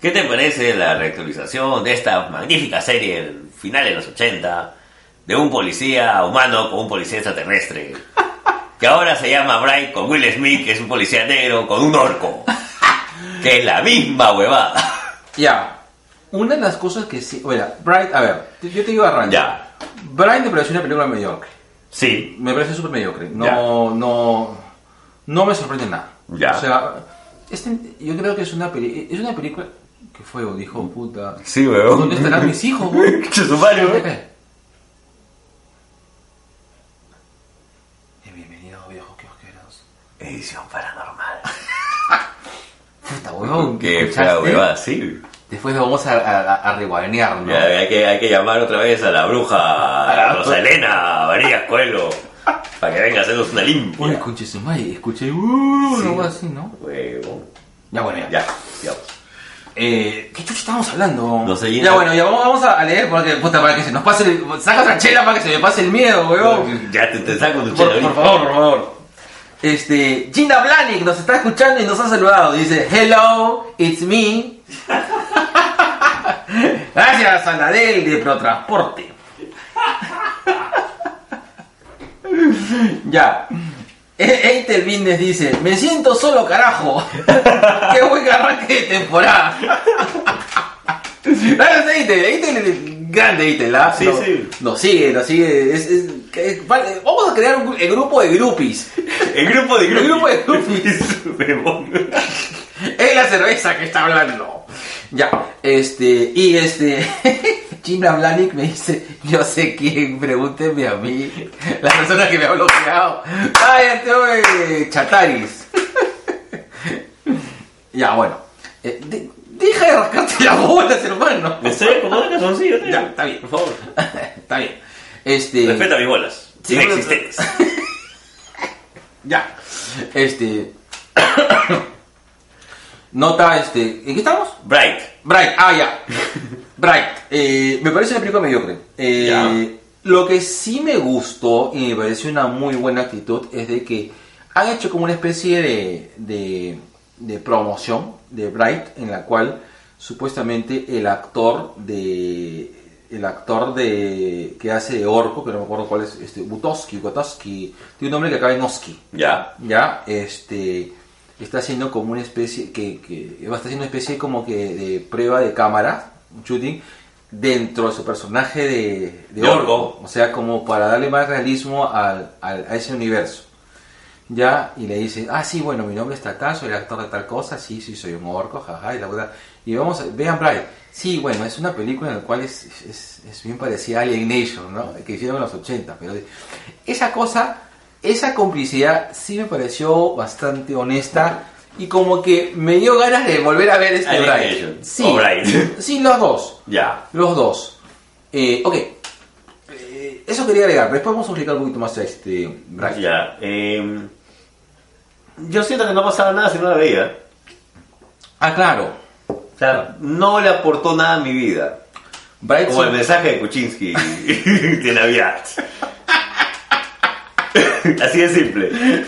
¿Qué te parece la reactualización de esta magnífica serie, el final de los 80, de un policía humano con un policía extraterrestre? Que ahora se llama Bright con Will Smith, que es un policía negro con un orco. Que es la misma huevada.
Ya. Una de las cosas que sí. Bueno, Bright, a ver, te- yo te digo arranca.
Ya.
Bright me pareció una película mediocre.
Sí,
Me parece súper mediocre. No,
Ya.
no. No me sorprende nada.
Ya.
O sea, este- yo creo que es una peli- es una película que fue, o dijo, puta.
sí, huevón.
¿Dónde estarán mis hijos? güey?
Chusumario,
¿Qué?
huevón.
Y Bienvenido, viejos kiosqueros.
Edición paranormal.
Puta, huevón.
Que fea
¿escuchaste?
huevada, sí.
Después lo vamos a, a, a- a reguanear, ¿no?
Ya, hay, que, hay que llamar otra vez a la bruja a la Rosalena María Escuelo para que venga a hacernos una limpia.
Oye, escuché su madre, escuché uh,
Sí.
algo así, ¿no?
Huevo.
Ya bueno, ya.
Ya, sigamos.
Eh, ¿Qué chucha estábamos hablando?
No sé, ya-
ya bueno, ya vamos, vamos a leer porque, puta, para que se nos pase el. Saca otra chela para que se me pase el miedo, weón.
Ya te, te saco tu
Por,
chela.
por favor, por favor. Este, Gina Blanik nos está escuchando y nos ha saludado. Dice, hello, it's me. Gracias, Anadel de Protransporte. ya. E- Eitel Vines dice, me siento solo carajo. Qué buen arranque de temporada. Gracias, Eitel. Eitel es grande, Eitel. ¿ah?
Sí,
No-
sí.
nos sigue, nos sigue. Es- es- es- vale, vamos a crear un gru- el grupo de groupies.
El grupo de
El grupo de
Huevón.
Es la cerveza que está hablando. Ya, este, y este, Gina Blanik me dice, yo sé quién, pregúnteme a mí, la persona que me ha bloqueado. Cállate, oye, chataris. Ya, bueno, Eh, de- deja de rascarte las bolas, hermano.
Me estoy acomodando el calzoncillo, tío.
Ya, está bien.
Por favor.
Está bien. Este,
Respeta mis bolas.
Sí,
Inexistentes.
Ya. Este. Nota, este. ¿En qué estamos?
Bright.
Bright, ah, ya. Bright. Eh, me parece una película mediocre. Eh,
Ya.
Lo que sí me gustó y me pareció una muy buena actitud es de que han hecho como una especie de, de, de promoción de Bright en la cual supuestamente el actor de el actor de que hace de Orco, que no me acuerdo cuál es, este, Butowski, Gotowski, tiene un nombre que acaba en Oski
Ya.
ya este está haciendo como una especie que, que va a estar haciendo una especie como que de prueba de cámara un shooting dentro de su personaje de, de
De orco.
o sea como para darle más realismo al- al- a ese universo ya y le dice ah sí bueno mi nombre está tal soy el actor de tal cosa sí sí soy un orco jaja y la verdad y vamos a, vean Bright sí bueno es una película en la cual es, es, es bien parecida a Alien Nation ¿no? que hicieron en los 80 pero esa cosa esa complicidad sí me pareció bastante honesta y como que me dio ganas de volver a ver este
Alien
Bright
Nation,
sí
o Bright.
sí los dos
Ya.
los dos. Eh, ok. Eh, eso quería agregar, pero después vamos a explicar un poquito más este Ratchet.
Ya, eh, yo siento que no pasaba nada si no la veía.
Ah, claro.
O sea, no le aportó nada a mi vida.
Bright
Como el
Zone-
mensaje de Kuczynski de Navidad. Así de simple.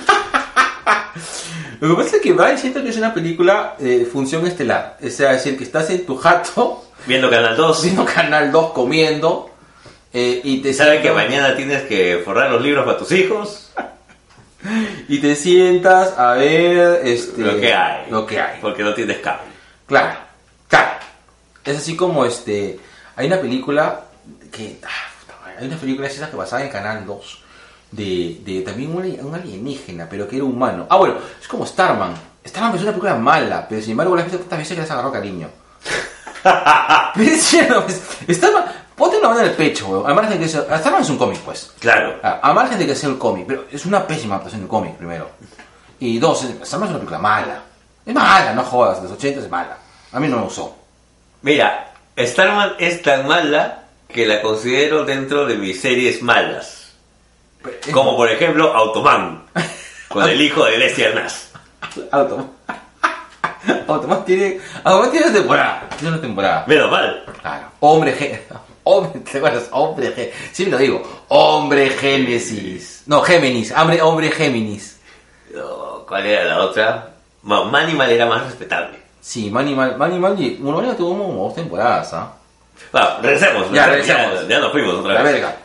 Lo que pasa es que Bright siento que es una película de función estelar. O sea, es decir, que estás en tu jato,
Viendo Canal 2,
haciendo Canal 2 comiendo, eh, y te
sabes que
sientas-
mañana tienes que forrar los libros para tus hijos.
Y te sientas a ver este,
Lo que hay.
Lo que hay.
Porque no tienes cable.
Claro, claro. Es así como este. Hay una película que. ah, puta madre, hay una película esas que basada en Canal 2. De, de también un, ali- un alienígena, pero que era humano. Ah, bueno, es como Starman. Starman es una película mala, pero sin embargo la has visto tantas veces que las agarró cariño. pero es cierto, pues, Starman. Ponte una mano en el pecho, weón. Al margen de que sea- Starman es un cómic, pues.
Claro.
Ah, A margen de que sea el cómic, pero es una pésima adaptación del cómic, primero. Y dos, es- Starman es una película mala. Es mala, no jodas, de los 80 es mala. A mí no me gustó.
Mira, Starman es tan mala que la considero dentro de mis series malas.
Es-
Como por ejemplo Automan, con el hijo de Leslie Arnaz.
Automan. Automan tiene. Automan tiene una temporada. Tiene una temporada.
Menos mal.
Claro. Hombre G. Hombre, ¿te acuerdas? Hombre G. Siempre lo digo. Hombre Génesis. No, Géminis. Hombre, hombre Géminis.
Oh, ¿Cuál era la otra? Ma- Manimal era más respetable.
Sí, Manny Mal. Manny Mal. Bueno, ya tuvo como dos temporadas, ¿ah?
Bueno, regresemos.
Ya, regresemos.
Ya, ya nos fuimos otra
La
vez.
verga.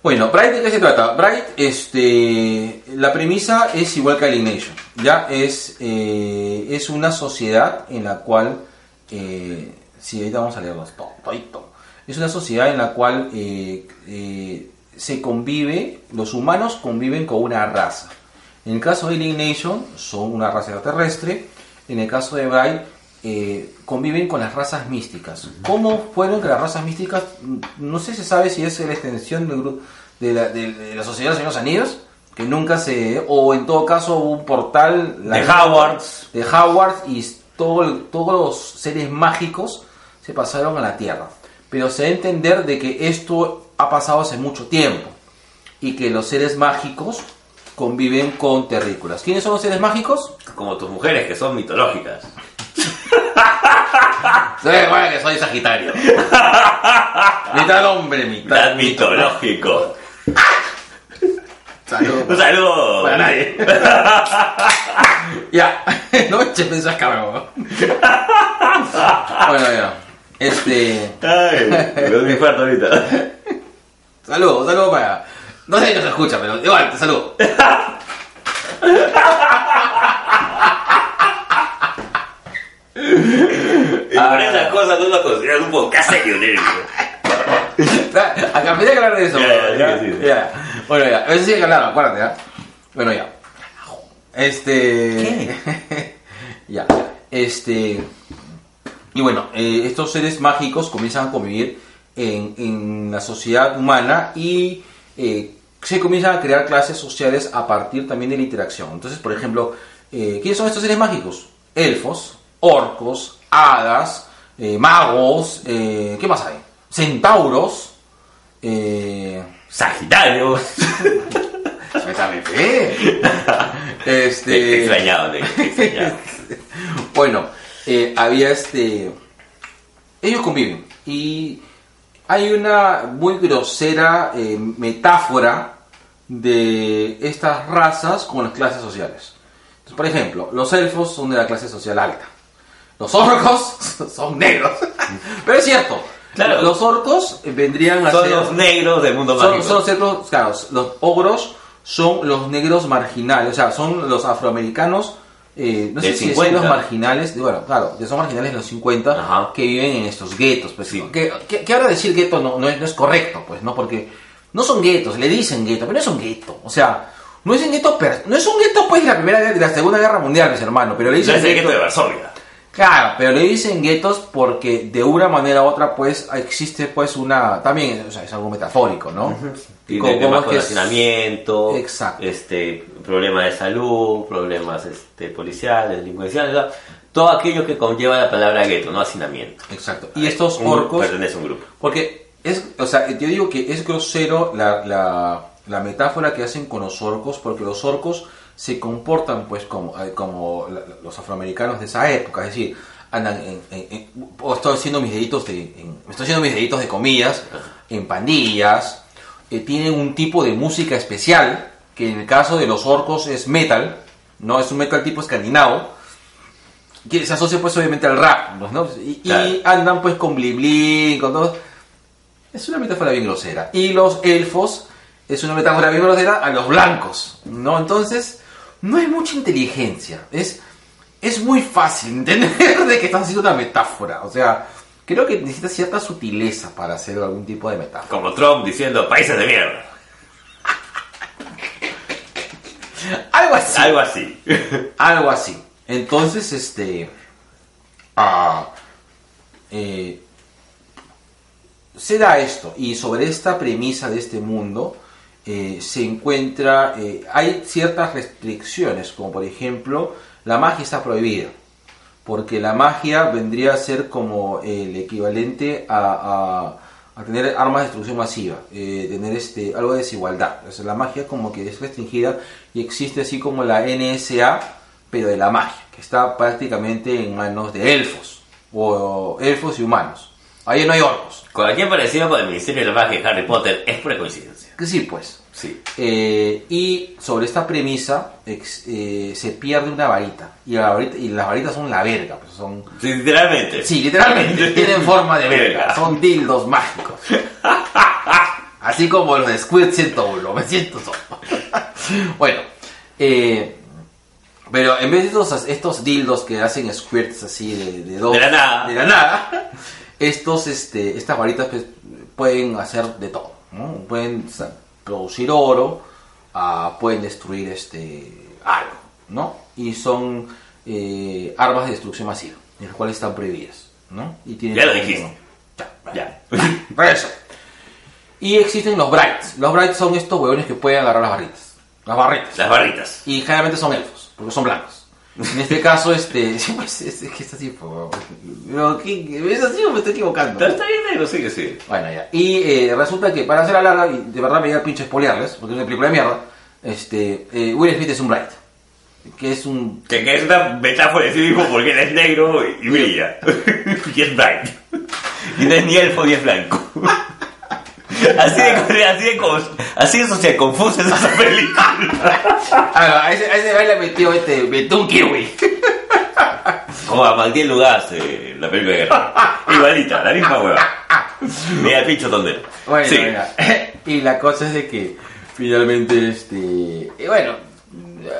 Bueno, Bright, ¿de qué se trata? Bright, este, la premisa es igual que Alienation. Ya es, eh, es una sociedad en la cual, eh, sí, ahorita vamos a leerlos todo, todito. Es una sociedad en la cual eh, eh, se convive, los humanos conviven con una raza. En el caso de Alienation, son una raza extraterrestre. En el caso de Bright, eh, conviven con las razas místicas. ¿Cómo fueron que las razas místicas? mm, No sé, se sabe si es la extensión del gru- de, la, de- de la sociedad de los Señores Anillos, que nunca se. O en todo caso, hubo un portal. la-
De Howards.
De Howard y todo el- todos los seres mágicos se pasaron a la Tierra. Pero se da a entender de que esto ha pasado hace mucho tiempo y que los seres mágicos conviven con terrícolas. ¿Quiénes son los seres mágicos?
Como tus mujeres que son mitológicas.
Se me acuerda que soy Sagitario. mitad hombre,
Tan mitológico. Un saludo.
Para nadie. ya, no me eches pensas cabrón. bueno, ya. Este.
Ay, me dio un infarto ahorita.
Saludos, saludos para. No sé si nos escucha, pero igual, te saludo.
Y por
Ah.
esas cosas no lo consideras un podcast serio, negro.
Acá me que hablar de eso.
Ya,
bueno,
ya, sí, sí, sí.
ya. Bueno, ya. Eso sí hay que hablar, acuérdate, ¿ya? Bueno, ya. Este. ya. Este. Y bueno, eh, estos seres mágicos comienzan a convivir en, en la sociedad humana y eh, se comienzan a crear clases sociales a partir también de la interacción. Entonces, por ejemplo, eh, ¿quiénes son estos seres mágicos? Elfos, orcos, hadas, eh, magos, eh, ¿qué más hay? Centauros. Eh,
Sagitario.
¿eh? este,
Te te extrañaba, negro. te extrañaba.
Bueno, eh, había este. Ellos conviven. Y hay una muy grosera eh, metáfora de estas razas con las clases sociales. Entonces, por ejemplo, los elfos son de la clase social alta. Los orcos son negros. Pero es cierto.
Claro.
Los orcos vendrían a
Son
ser.
los negros del mundo
Son, son
mágico.
los negros, claro, los ogros son los negros marginales, o sea, son los afroamericanos, eh, no
De
sé si decir
50.
los marginales, bueno, claro, que son marginales de los 50,
Ajá.
que viven en estos guetos, pues
Sí.
Que, que- que ahora decir gueto no, no, es, no es correcto, pues, ¿no? Porque no son guetos, le dicen gueto, pero no es un gueto, o sea, no es un gueto, per- no es un gueto, pues, de la, primera, de la Segunda Guerra Mundial, mis hermanos, pero le
Yo
dicen
sé que
gueto-
esto de Varsovia.
Claro, pero le dicen guetos porque de una manera u otra pues existe pues una... También o sea, es algo metafórico, ¿no?
Tiene
Como- como
temas
es
con
que es-
hacinamiento,
Exacto.
este, problemas de salud, problemas este, policiales, delincuenciales, ¿verdad? todo aquello que conlleva la palabra gueto, no hacinamiento.
Exacto. Y estos
Un-
orcos...
Pertenece a un grupo.
Porque Es, o sea, yo digo que es grosero la, la, la metáfora que hacen con los orcos, porque los orcos se comportan pues como, eh, como la- la- los afroamericanos de esa época, es decir, andan en, en- en- o estoy haciendo mis deditos de, en- estoy haciendo mis deditos de comillas, en pandillas, eh, tienen un tipo de música especial, que en el caso de los orcos es metal, no es un metal tipo escandinavo, que se asocia pues obviamente al rap, pues, ¿no? Y, y
Claro.
andan pues con bling bling, con todo. Es una metáfora bien grosera. Y los elfos es una metáfora bien grosera a los blancos, ¿no? Entonces, no hay mucha inteligencia. Es, es muy fácil entender de que estás haciendo una metáfora. O sea, creo que necesitas cierta sutileza para hacer algún tipo de metáfora.
Como Trump diciendo países de mierda.
Algo así.
Algo así.
Algo así. Entonces, este. ah, eh, se da esto. Y sobre esta premisa de este mundo eh, se encuentra. eh, hay ciertas restricciones, como por ejemplo, la magia está prohibida. Porque la magia vendría a ser como eh, el equivalente a, a- a tener armas de destrucción masiva, eh, tener este algo de desigualdad. O sea, la magia como que es restringida y existe así como la NSA, pero de la magia, que está prácticamente en manos de elfos, o elfos y humanos. Ahí no hay orcos.
Cualquier parecido con el Ministerio de la Magia de Harry Potter es pura coincidencia.
Que sí, pues.
Sí.
Eh, y sobre esta premisa ex- eh, se pierde una varita. Y, la varita. y las varitas son la verga, pues son...
Literalmente.
Sí, literalmente. Tienen forma de verga.
Verga.
Son dildos mágicos. Así como los de Squid 101. Me siento solo. Bueno. eh, pero en vez de estos, estos dildos que hacen squirts así de, de dos.
De la nada.
de la nada, Estos, este, estas varitas pues, pueden hacer de todo. ¿no? Pueden sa- producir oro. ah, pueden destruir este algo. ¿no? Y son eh, armas de destrucción masiva. En las cuales están prohibidas. ¿no? Y tienen
Ya lo dijiste.
Ya,
Ya.
Regreso. Y existen los Brights. Los Brights son estos huevones que pueden agarrar las barritas. Las barritas.
Las barritas.
Y generalmente son elfos, porque son blancos. En este caso, este. sí, pues, es, es que es así, po. Pero, ¿qué- ¿Es así o me estoy equivocando?
Está está bien, negro, sigue, sigue.
Bueno, ya. Y eh, resulta que, para hacer la larga, y de verdad me iba a pinche espolearles, porque es una película de mierda, este, eh, Will Smith es un Bright. Que es un
Que, que es una metáfora de sí mismo porque él es negro y brilla. y es blanco. Y no es ni elfo ni es blanco. Así de, así de, como- así de social confusa es esa película.
Ah, no, a ese, a ese baile metió este Betún Kiwi.
Como a Magdiel Lugace, la película de guerra. Igualita, la misma hueva. Mira el pincho tondero.
Bueno,
sí.
bueno. y la cosa es de que finalmente, este, y bueno,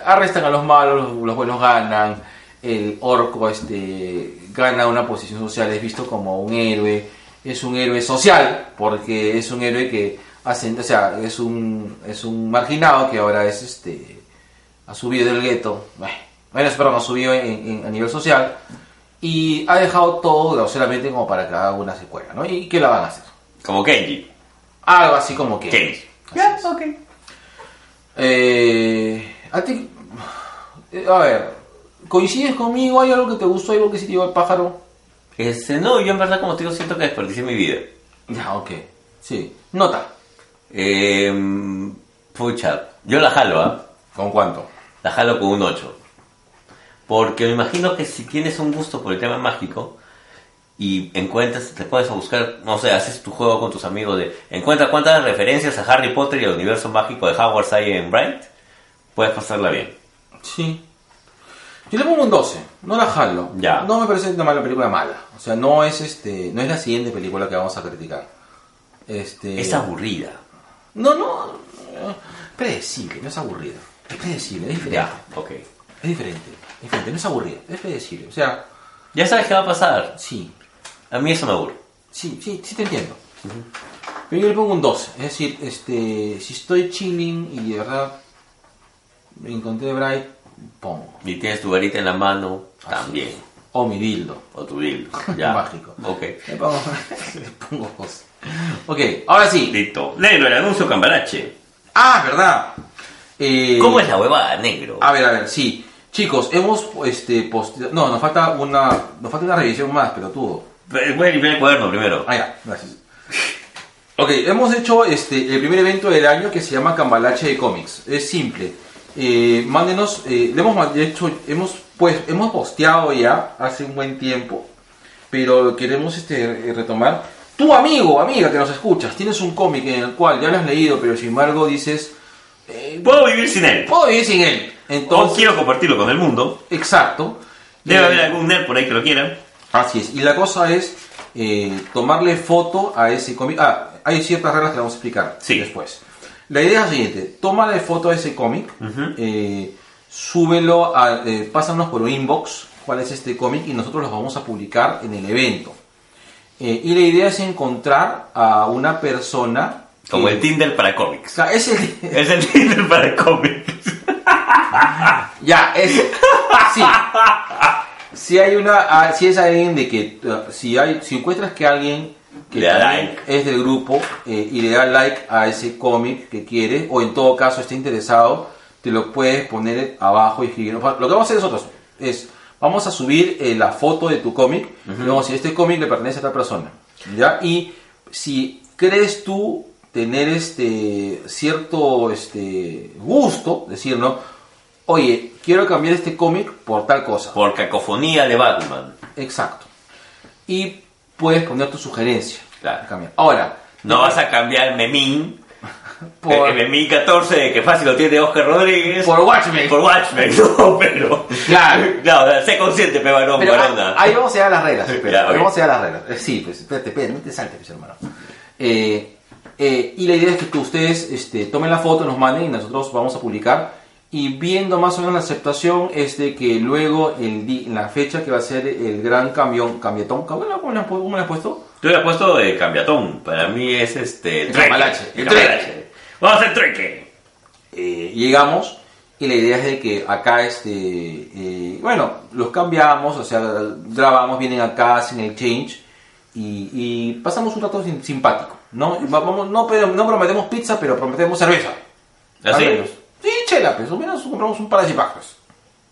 arrestan a los malos, los, los buenos ganan, el orco, este, gana una posición social, es visto como un héroe, es un héroe social, porque es un héroe que hace, o sea, es un, es un marginado que ahora es, este, ha subido del gueto, bueno, perdón, ha subido en- en- a nivel social, y ha dejado todo groseramente como para que haga una secuela, ¿no? ¿Y qué la van a hacer?
Como Kenji.
Algo así como que.
Kenji.
Ya, ok. Eh, a ti. eh, A ver, ¿coincides conmigo? ¿Hay algo que te gustó? ¿Hay algo que sí te llevó el pájaro?
Este, no, yo en verdad, como te digo, siento que desperdicié mi vida.
Ya, ok. Sí. Nota.
Eh, pucha, yo la jalo, ¿ah?
¿Con cuánto?
La jalo con un 8. Porque me imagino que si tienes un gusto por el tema mágico y encuentras, te puedes buscar, no sé, haces tu juego con tus amigos de encuentra cuántas referencias a Harry Potter y al universo mágico de Howard hay en Bright, puedes pasarla bien.
Sí. Yo le pongo un 12, no la jalo.
Ya.
No me parece una mala película mala. O sea, no es este. No es la siguiente película que vamos a criticar. Este.
Es aburrida.
No, no. eh, Predecible, no es aburrida. Es predecible, es diferente.
Ya, ok.
Es diferente. Es diferente, no es aburrida, es predecible. O sea,
Ya sabes qué va a pasar.
sí.
A mí eso me aburre.
Sí, sí, sí te entiendo. Pero yo le pongo un 12. Es decir, este, si estoy chilling y de verdad me encontré Bright, pongo.
Y tienes tu varita en la mano,
Así
también.
es. O mi dildo.
O tu dildo. Ya.
Mágico.
Ok.
Le pongo, le pongo 12. Ok, ahora sí.
Listo. Negro, el anuncio cambalache.
Ah, verdad. Eh,
¿Cómo es la huevada, negro?
A ver, a ver, sí. Chicos, hemos este posteado. No, nos falta una. Nos falta una revisión más, pero tuvo.
Voy a limpiar el cuaderno primero.
Ah, ya, gracias. Ok, hemos hecho este, el primer evento del año que se llama Cambalache de cómics. Es simple. Eh, mándenos, eh, le hemos man- hecho, hemos pues, hemos posteado ya hace un buen tiempo, pero queremos este, re- retomar. Tu amigo, amiga que nos escuchas, tienes un cómic en el cual ya lo has leído, pero sin embargo dices, eh,
Puedo vivir sin él.
puedo vivir sin él.
O
Entonces,
quiero compartirlo con el mundo.
exacto.
Debe
Eh,
haber algún nerd por ahí que lo quiera.
Así es. Y la cosa es eh, tomarle foto a ese cómic. Ah, hay ciertas reglas que vamos a explicar
Sí.
después. La idea es la siguiente: tómale foto a ese cómic, eh, súbelo, a, eh, pásanos por un inbox cuál es este cómic y nosotros los vamos a publicar en el evento. Eh, y la idea es encontrar a una persona.
Como
que-
el Tinder para
O
cómics.
sea, es el-
Es el Tinder para cómics.
Ya, es. Sí. Si hay una. ah, Si es alguien de que. ah, Si hay si encuentras que alguien. Que
Le da
también
like.
Es del grupo. eh, y le da like a ese cómic que quiere. O en todo caso está interesado. Te lo puedes poner abajo y escribir. O sea, Lo que vamos a hacer nosotros es. Vamos a subir eh, la foto de tu cómic. y Vamos a decir, este cómic le pertenece a esta persona. ¿Ya? Y si crees tú tener este cierto este gusto, decir, ¿no? Oye, quiero cambiar este cómic por tal cosa.
Por cacofonía de Batman.
Exacto. Y puedes poner tu sugerencia.
Claro.
Cambiar. Ahora,
No vas a cambiar Memín.
por,
El Memín 14, que fácil lo tiene Oscar Rodríguez.
por Watchmen.
Por Watchmen, no, pero.
Claro.
No, sé consciente, pero varón,
Pero,
varona.
ah, ahí vamos a llegar a las reglas. espera,
Ya, ok.
ahí vamos a llegar a las reglas. Eh, Sí, pues, espérate, espérate, no te saltes, pues, hermano. Eh, eh, y la idea es que, que ustedes este, tomen la foto, nos manden y nosotros vamos a publicar. Y viendo más o menos la aceptación es de que luego el di- en la fecha que va a ser el gran camión, cambietón, ¿cómo le han pu- cómo le han puesto?
Tú le has puesto eh, cambiatón. Para mí es este.
El
trueque.
cambalache.
El
El
cambalache.
trueque.
Vamos a hacer trueque.
Eh, llegamos y la idea es de que acá, este, eh, bueno, los cambiamos, o sea, grabamos, vienen acá, hacen el change y, y pasamos un rato sim- simpático. No, Va- vamos, no, pero- no prometemos pizza, pero prometemos cerveza. Al
¿Así?
menos. Sí, chela, pues, al menos compramos un par de chipacos.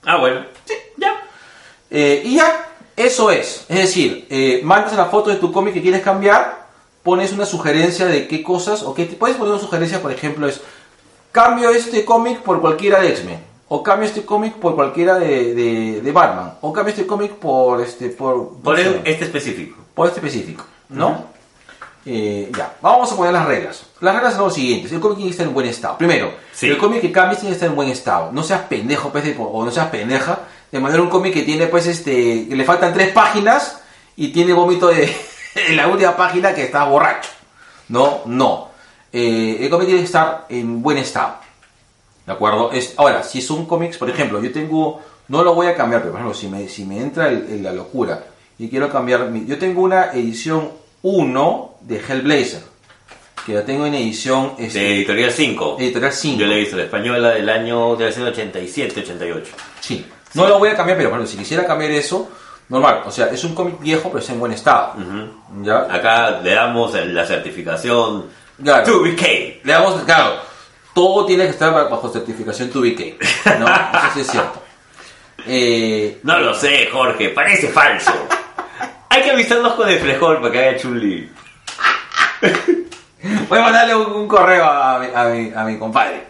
Ah, bueno. Sí, ya.
Eh, y ya, eso es. Es decir, eh, mandas la foto de tu cómic que quieres cambiar, pones una sugerencia de qué cosas, o que te puedes poner una sugerencia, por ejemplo, es cambio este cómic por cualquiera de X-Men, o cambio este cómic por cualquiera de, de- de Batman, o cambio este cómic por este, por,
Por
no
el-
sé,
este específico.
por este específico, ¿no? Eh, ya, vamos a poner las reglas. Las reglas son las siguientes. El cómic tiene que estar en buen estado. Primero,
Sí.
el cómic que cambies tiene que estar en buen estado. No seas pendejo, pues, de- o no seas pendeja de mandar un cómic que tiene, pues, este, que le faltan tres páginas y tiene vómito de, en la última página que está borracho. No, no. Eh, el cómic tiene que estar en buen estado. ¿De acuerdo? Es, ahora, si son cómics, por ejemplo, yo tengo, no lo voy a cambiar, pero por ejemplo, si me, si me entra el- el- la locura y quiero cambiar, mi- yo tengo una edición 1 de Hellblazer, que la tengo en edición este,
De Editorial 5.
editorial 5.
Yo le he visto la española del año debe ser 87, 88.
Sí. No lo voy a cambiar, pero bueno, si quisiera cambiar eso, normal. O sea, es un cómic viejo, pero está en buen estado. ¿Ya?
Acá le damos la certificación
Claro.
2BK.
Le damos, claro, todo tiene que estar bajo certificación 2BK, ¿no? Eso sí es cierto. Eh,
No lo sé, Jorge, parece falso. Hay que avisarnos con el frejol para que haga chuli.
Voy a mandarle un, un correo a, mi- a mi, a mi compadre.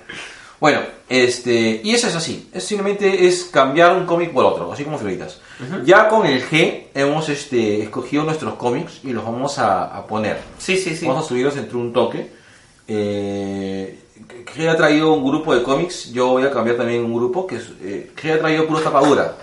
Bueno, este, y eso es así. Es simplemente es cambiar un cómic por otro, así como fritas. Ya con el G hemos este, escogido nuestros cómics y los vamos a, a poner.
Sí, sí, sí.
Vamos a subirlos entre un toque. Eh, G ha traído un grupo de cómics. Yo voy a cambiar también un grupo que es, eh, G ha traído puros tapadura.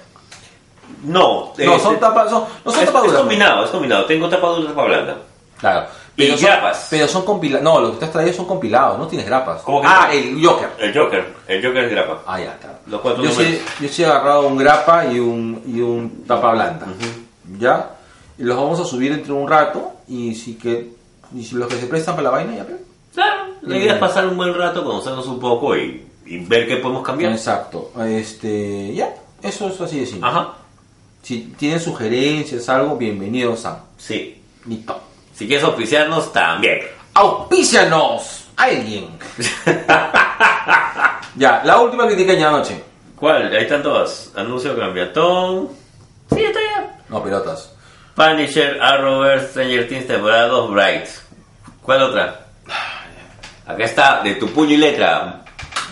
No,
No,
eh,
son
eh,
tapas, son- no son
es, es
tapaduras.
combinado, es combinado. Tengo tapa dura y tapa blanda.
Claro.
Y
Pero son,
grapas.
Pero son compilados. No, los que te has traído son compilados, no tienes grapas.
¿Cómo que
ah,
no?
el Joker.
El Joker, el Joker es grapa.
Ah, ya, claro.
Los cuatro
yo,
números.
sí, yo sí he agarrado un grapa y un, y un tapa blanda. ¿Ya? Y los vamos a subir entre un rato y si que. Y si los que se prestan para la vaina, ya pe.
Claro, la idea
Mm.
es pasar un buen rato, conocernos un poco y, y ver qué podemos cambiar.
Exacto. Este. Ya. Eso es así de simple.
Ajá,
Si tienen sugerencias, algo, bienvenidos a.
sí.
Listo.
Si quieres oficiarnos, también.
¡Auspícianos! ¡Alguien! ya, la última crítica ya anoche.
¿Cuál? Ahí están todas. Anuncio cambiatón. Sí, está ya.
No, pilotas.
Punisher, Arrowverse, Stranger Things, temporada 2, Bright. ¿Cuál otra? Acá está, de tu puño y letra.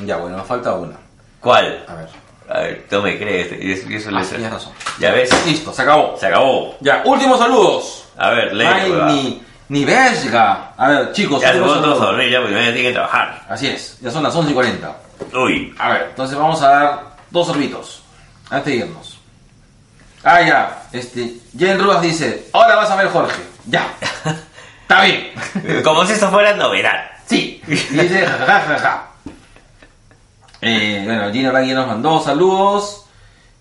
Ya, bueno, me falta una.
¿Cuál?
A ver.
A ver, no me crees. Y eso, y eso
Ah,
le-
tienes razón.
Ya ves,
Listo, se acabó.
se acabó.
Ya, últimos saludos.
A ver, lee.
Ay,
huevada.
ni, ni verga. A ver, chicos,
Ya se
últimos
vos todos a
saludos.
dormir, ya porque mañana tienen que trabajar.
Así es, ya son las 11 y 40.
Uy,
A ver, entonces vamos a dar dos sorbitos antes de irnos. Ah, ya. Este, Jen Ruas dice, ahora vas a ver Jorge. Ya. Está bien.
como si esto fuera novedad.
Sí. Y dice, jajajaja. Eh, bueno, Gino Raggi nos mandó saludos.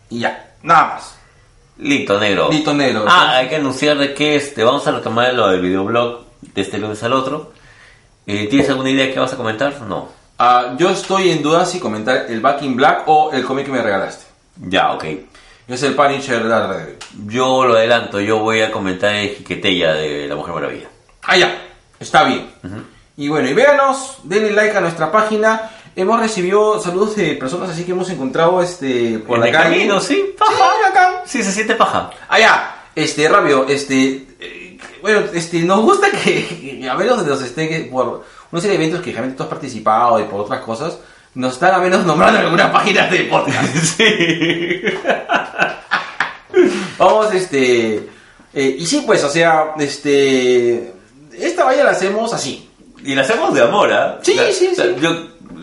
Y ya, nada más.
Lito Negro.
Lito Negro.
Ah, hay que anunciar de que este, vamos a retomar lo del videoblog de este lunes al otro. Eh, ¿Tienes alguna idea que vas a comentar? No.
Ah, yo estoy en duda si comentar el Back in Black o el cómic que me regalaste.
Ya, ok.
Es el Punisher de Daredevil.
Yo lo adelanto, yo voy a comentar el jiquetella de La Mujer Maravilla.
Ah, ya. Está bien. Y bueno, y véanos, denle like a nuestra página. Hemos recibido saludos de personas así que hemos encontrado este por
En
la
el
calle.
camino, sí,
Sí,
paja.
acá.
Sí, se siente paja.
Ah, ya. Este, rápido, este. eh, Bueno, este, nos gusta que, que a menos de los esté que por una serie de eventos que realmente tú has participado y por otras cosas, nos están a menos nombrando en algunas páginas de podcast.
sí.
Vamos, este. eh, y sí, pues, o sea, este. Esta valla la hacemos así.
Y la hacemos de amor, ¿ah?
Sí,
La-
sí,
la-
sí.
Yo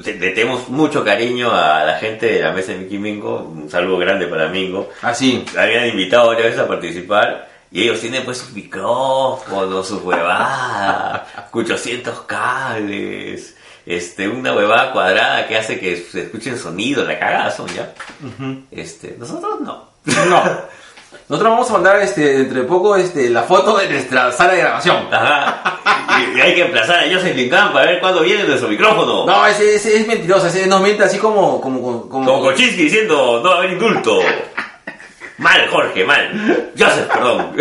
te- le tenemos mucho cariño a la gente de la mesa de Mickey Mingo, un saludo grande para Mingo.
Así.
La habían invitado varias veces a participar y ellos tienen pues sus micrófonos, sus huevadas, 800 cables, este, una huevada cuadrada que hace que se escuchen sonido, la cagada son ya. Este, nosotros no.
No. Nosotros vamos a mandar este, dentro de poco este, la foto de nuestra sala de grabación.
Ajá. Y, y hay que emplazar a Joseph Lincoln para ver cuándo viene nuestro micrófono.
No, ese, ese es mentiroso, ese nos miente así como. como, como, como-
Como Kochinsky diciendo no va a haber indulto. Mal, Jorge, mal. Joseph, perdón.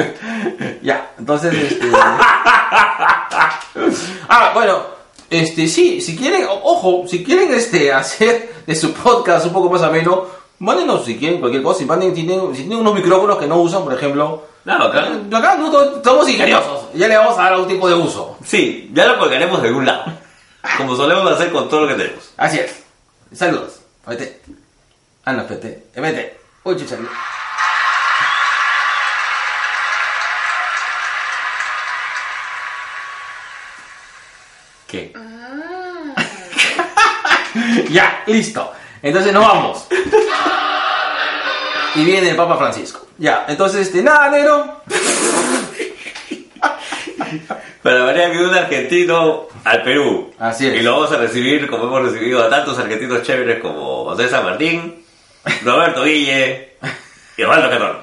Ya, entonces. Este... ah, bueno. Este, sí, si quieren, o- ojo, si quieren este, hacer de su podcast un poco más ameno, mándenos si quieren cualquier cosa. Si, manden, si, tienen, si tienen unos micrófonos que no usan, por ejemplo.
No, acá.
Acá no, to- somos ingeniosos, ya le vamos a dar algún tipo de uso.
Sí, ya lo colgaremos de algún lado. Como solemos hacer con todo lo que tenemos.
Así es. Saludos. Vete. Ah, no, espérate. Eh, Vete. Uy, chucha.
¿Qué?
Ya, listo. Entonces nos vamos. Y viene el Papa Francisco. Ya, entonces, este, nada, negro.
Para variar que un argentino al Perú.
Así es.
Y lo vamos a recibir como hemos recibido a tantos argentinos chéveres como José San Martín, Roberto Guille y Osvaldo Catón.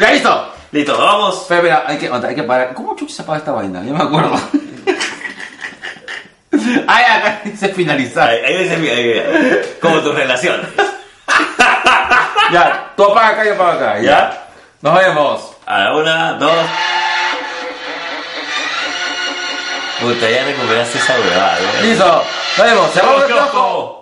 Ya, listo.
Listo, nos vamos.
Espera, espera, hay que, aguanta, hay que parar. ¿Cómo chucha se apaga esta vaina? Yo me acuerdo. Ay, acá dice finalizar.
Ahí, ahí ves mi- ahí ves. Como tus relaciones.
Ya, tú apaga acá y apaga acá. Ya. Nos vemos.
A la una, dos. Puta, ya recuperaste ¿eh? esa huevada, ¿no?
Listo. Nos vemos. Cerramos el
Kiosco.
kiosco.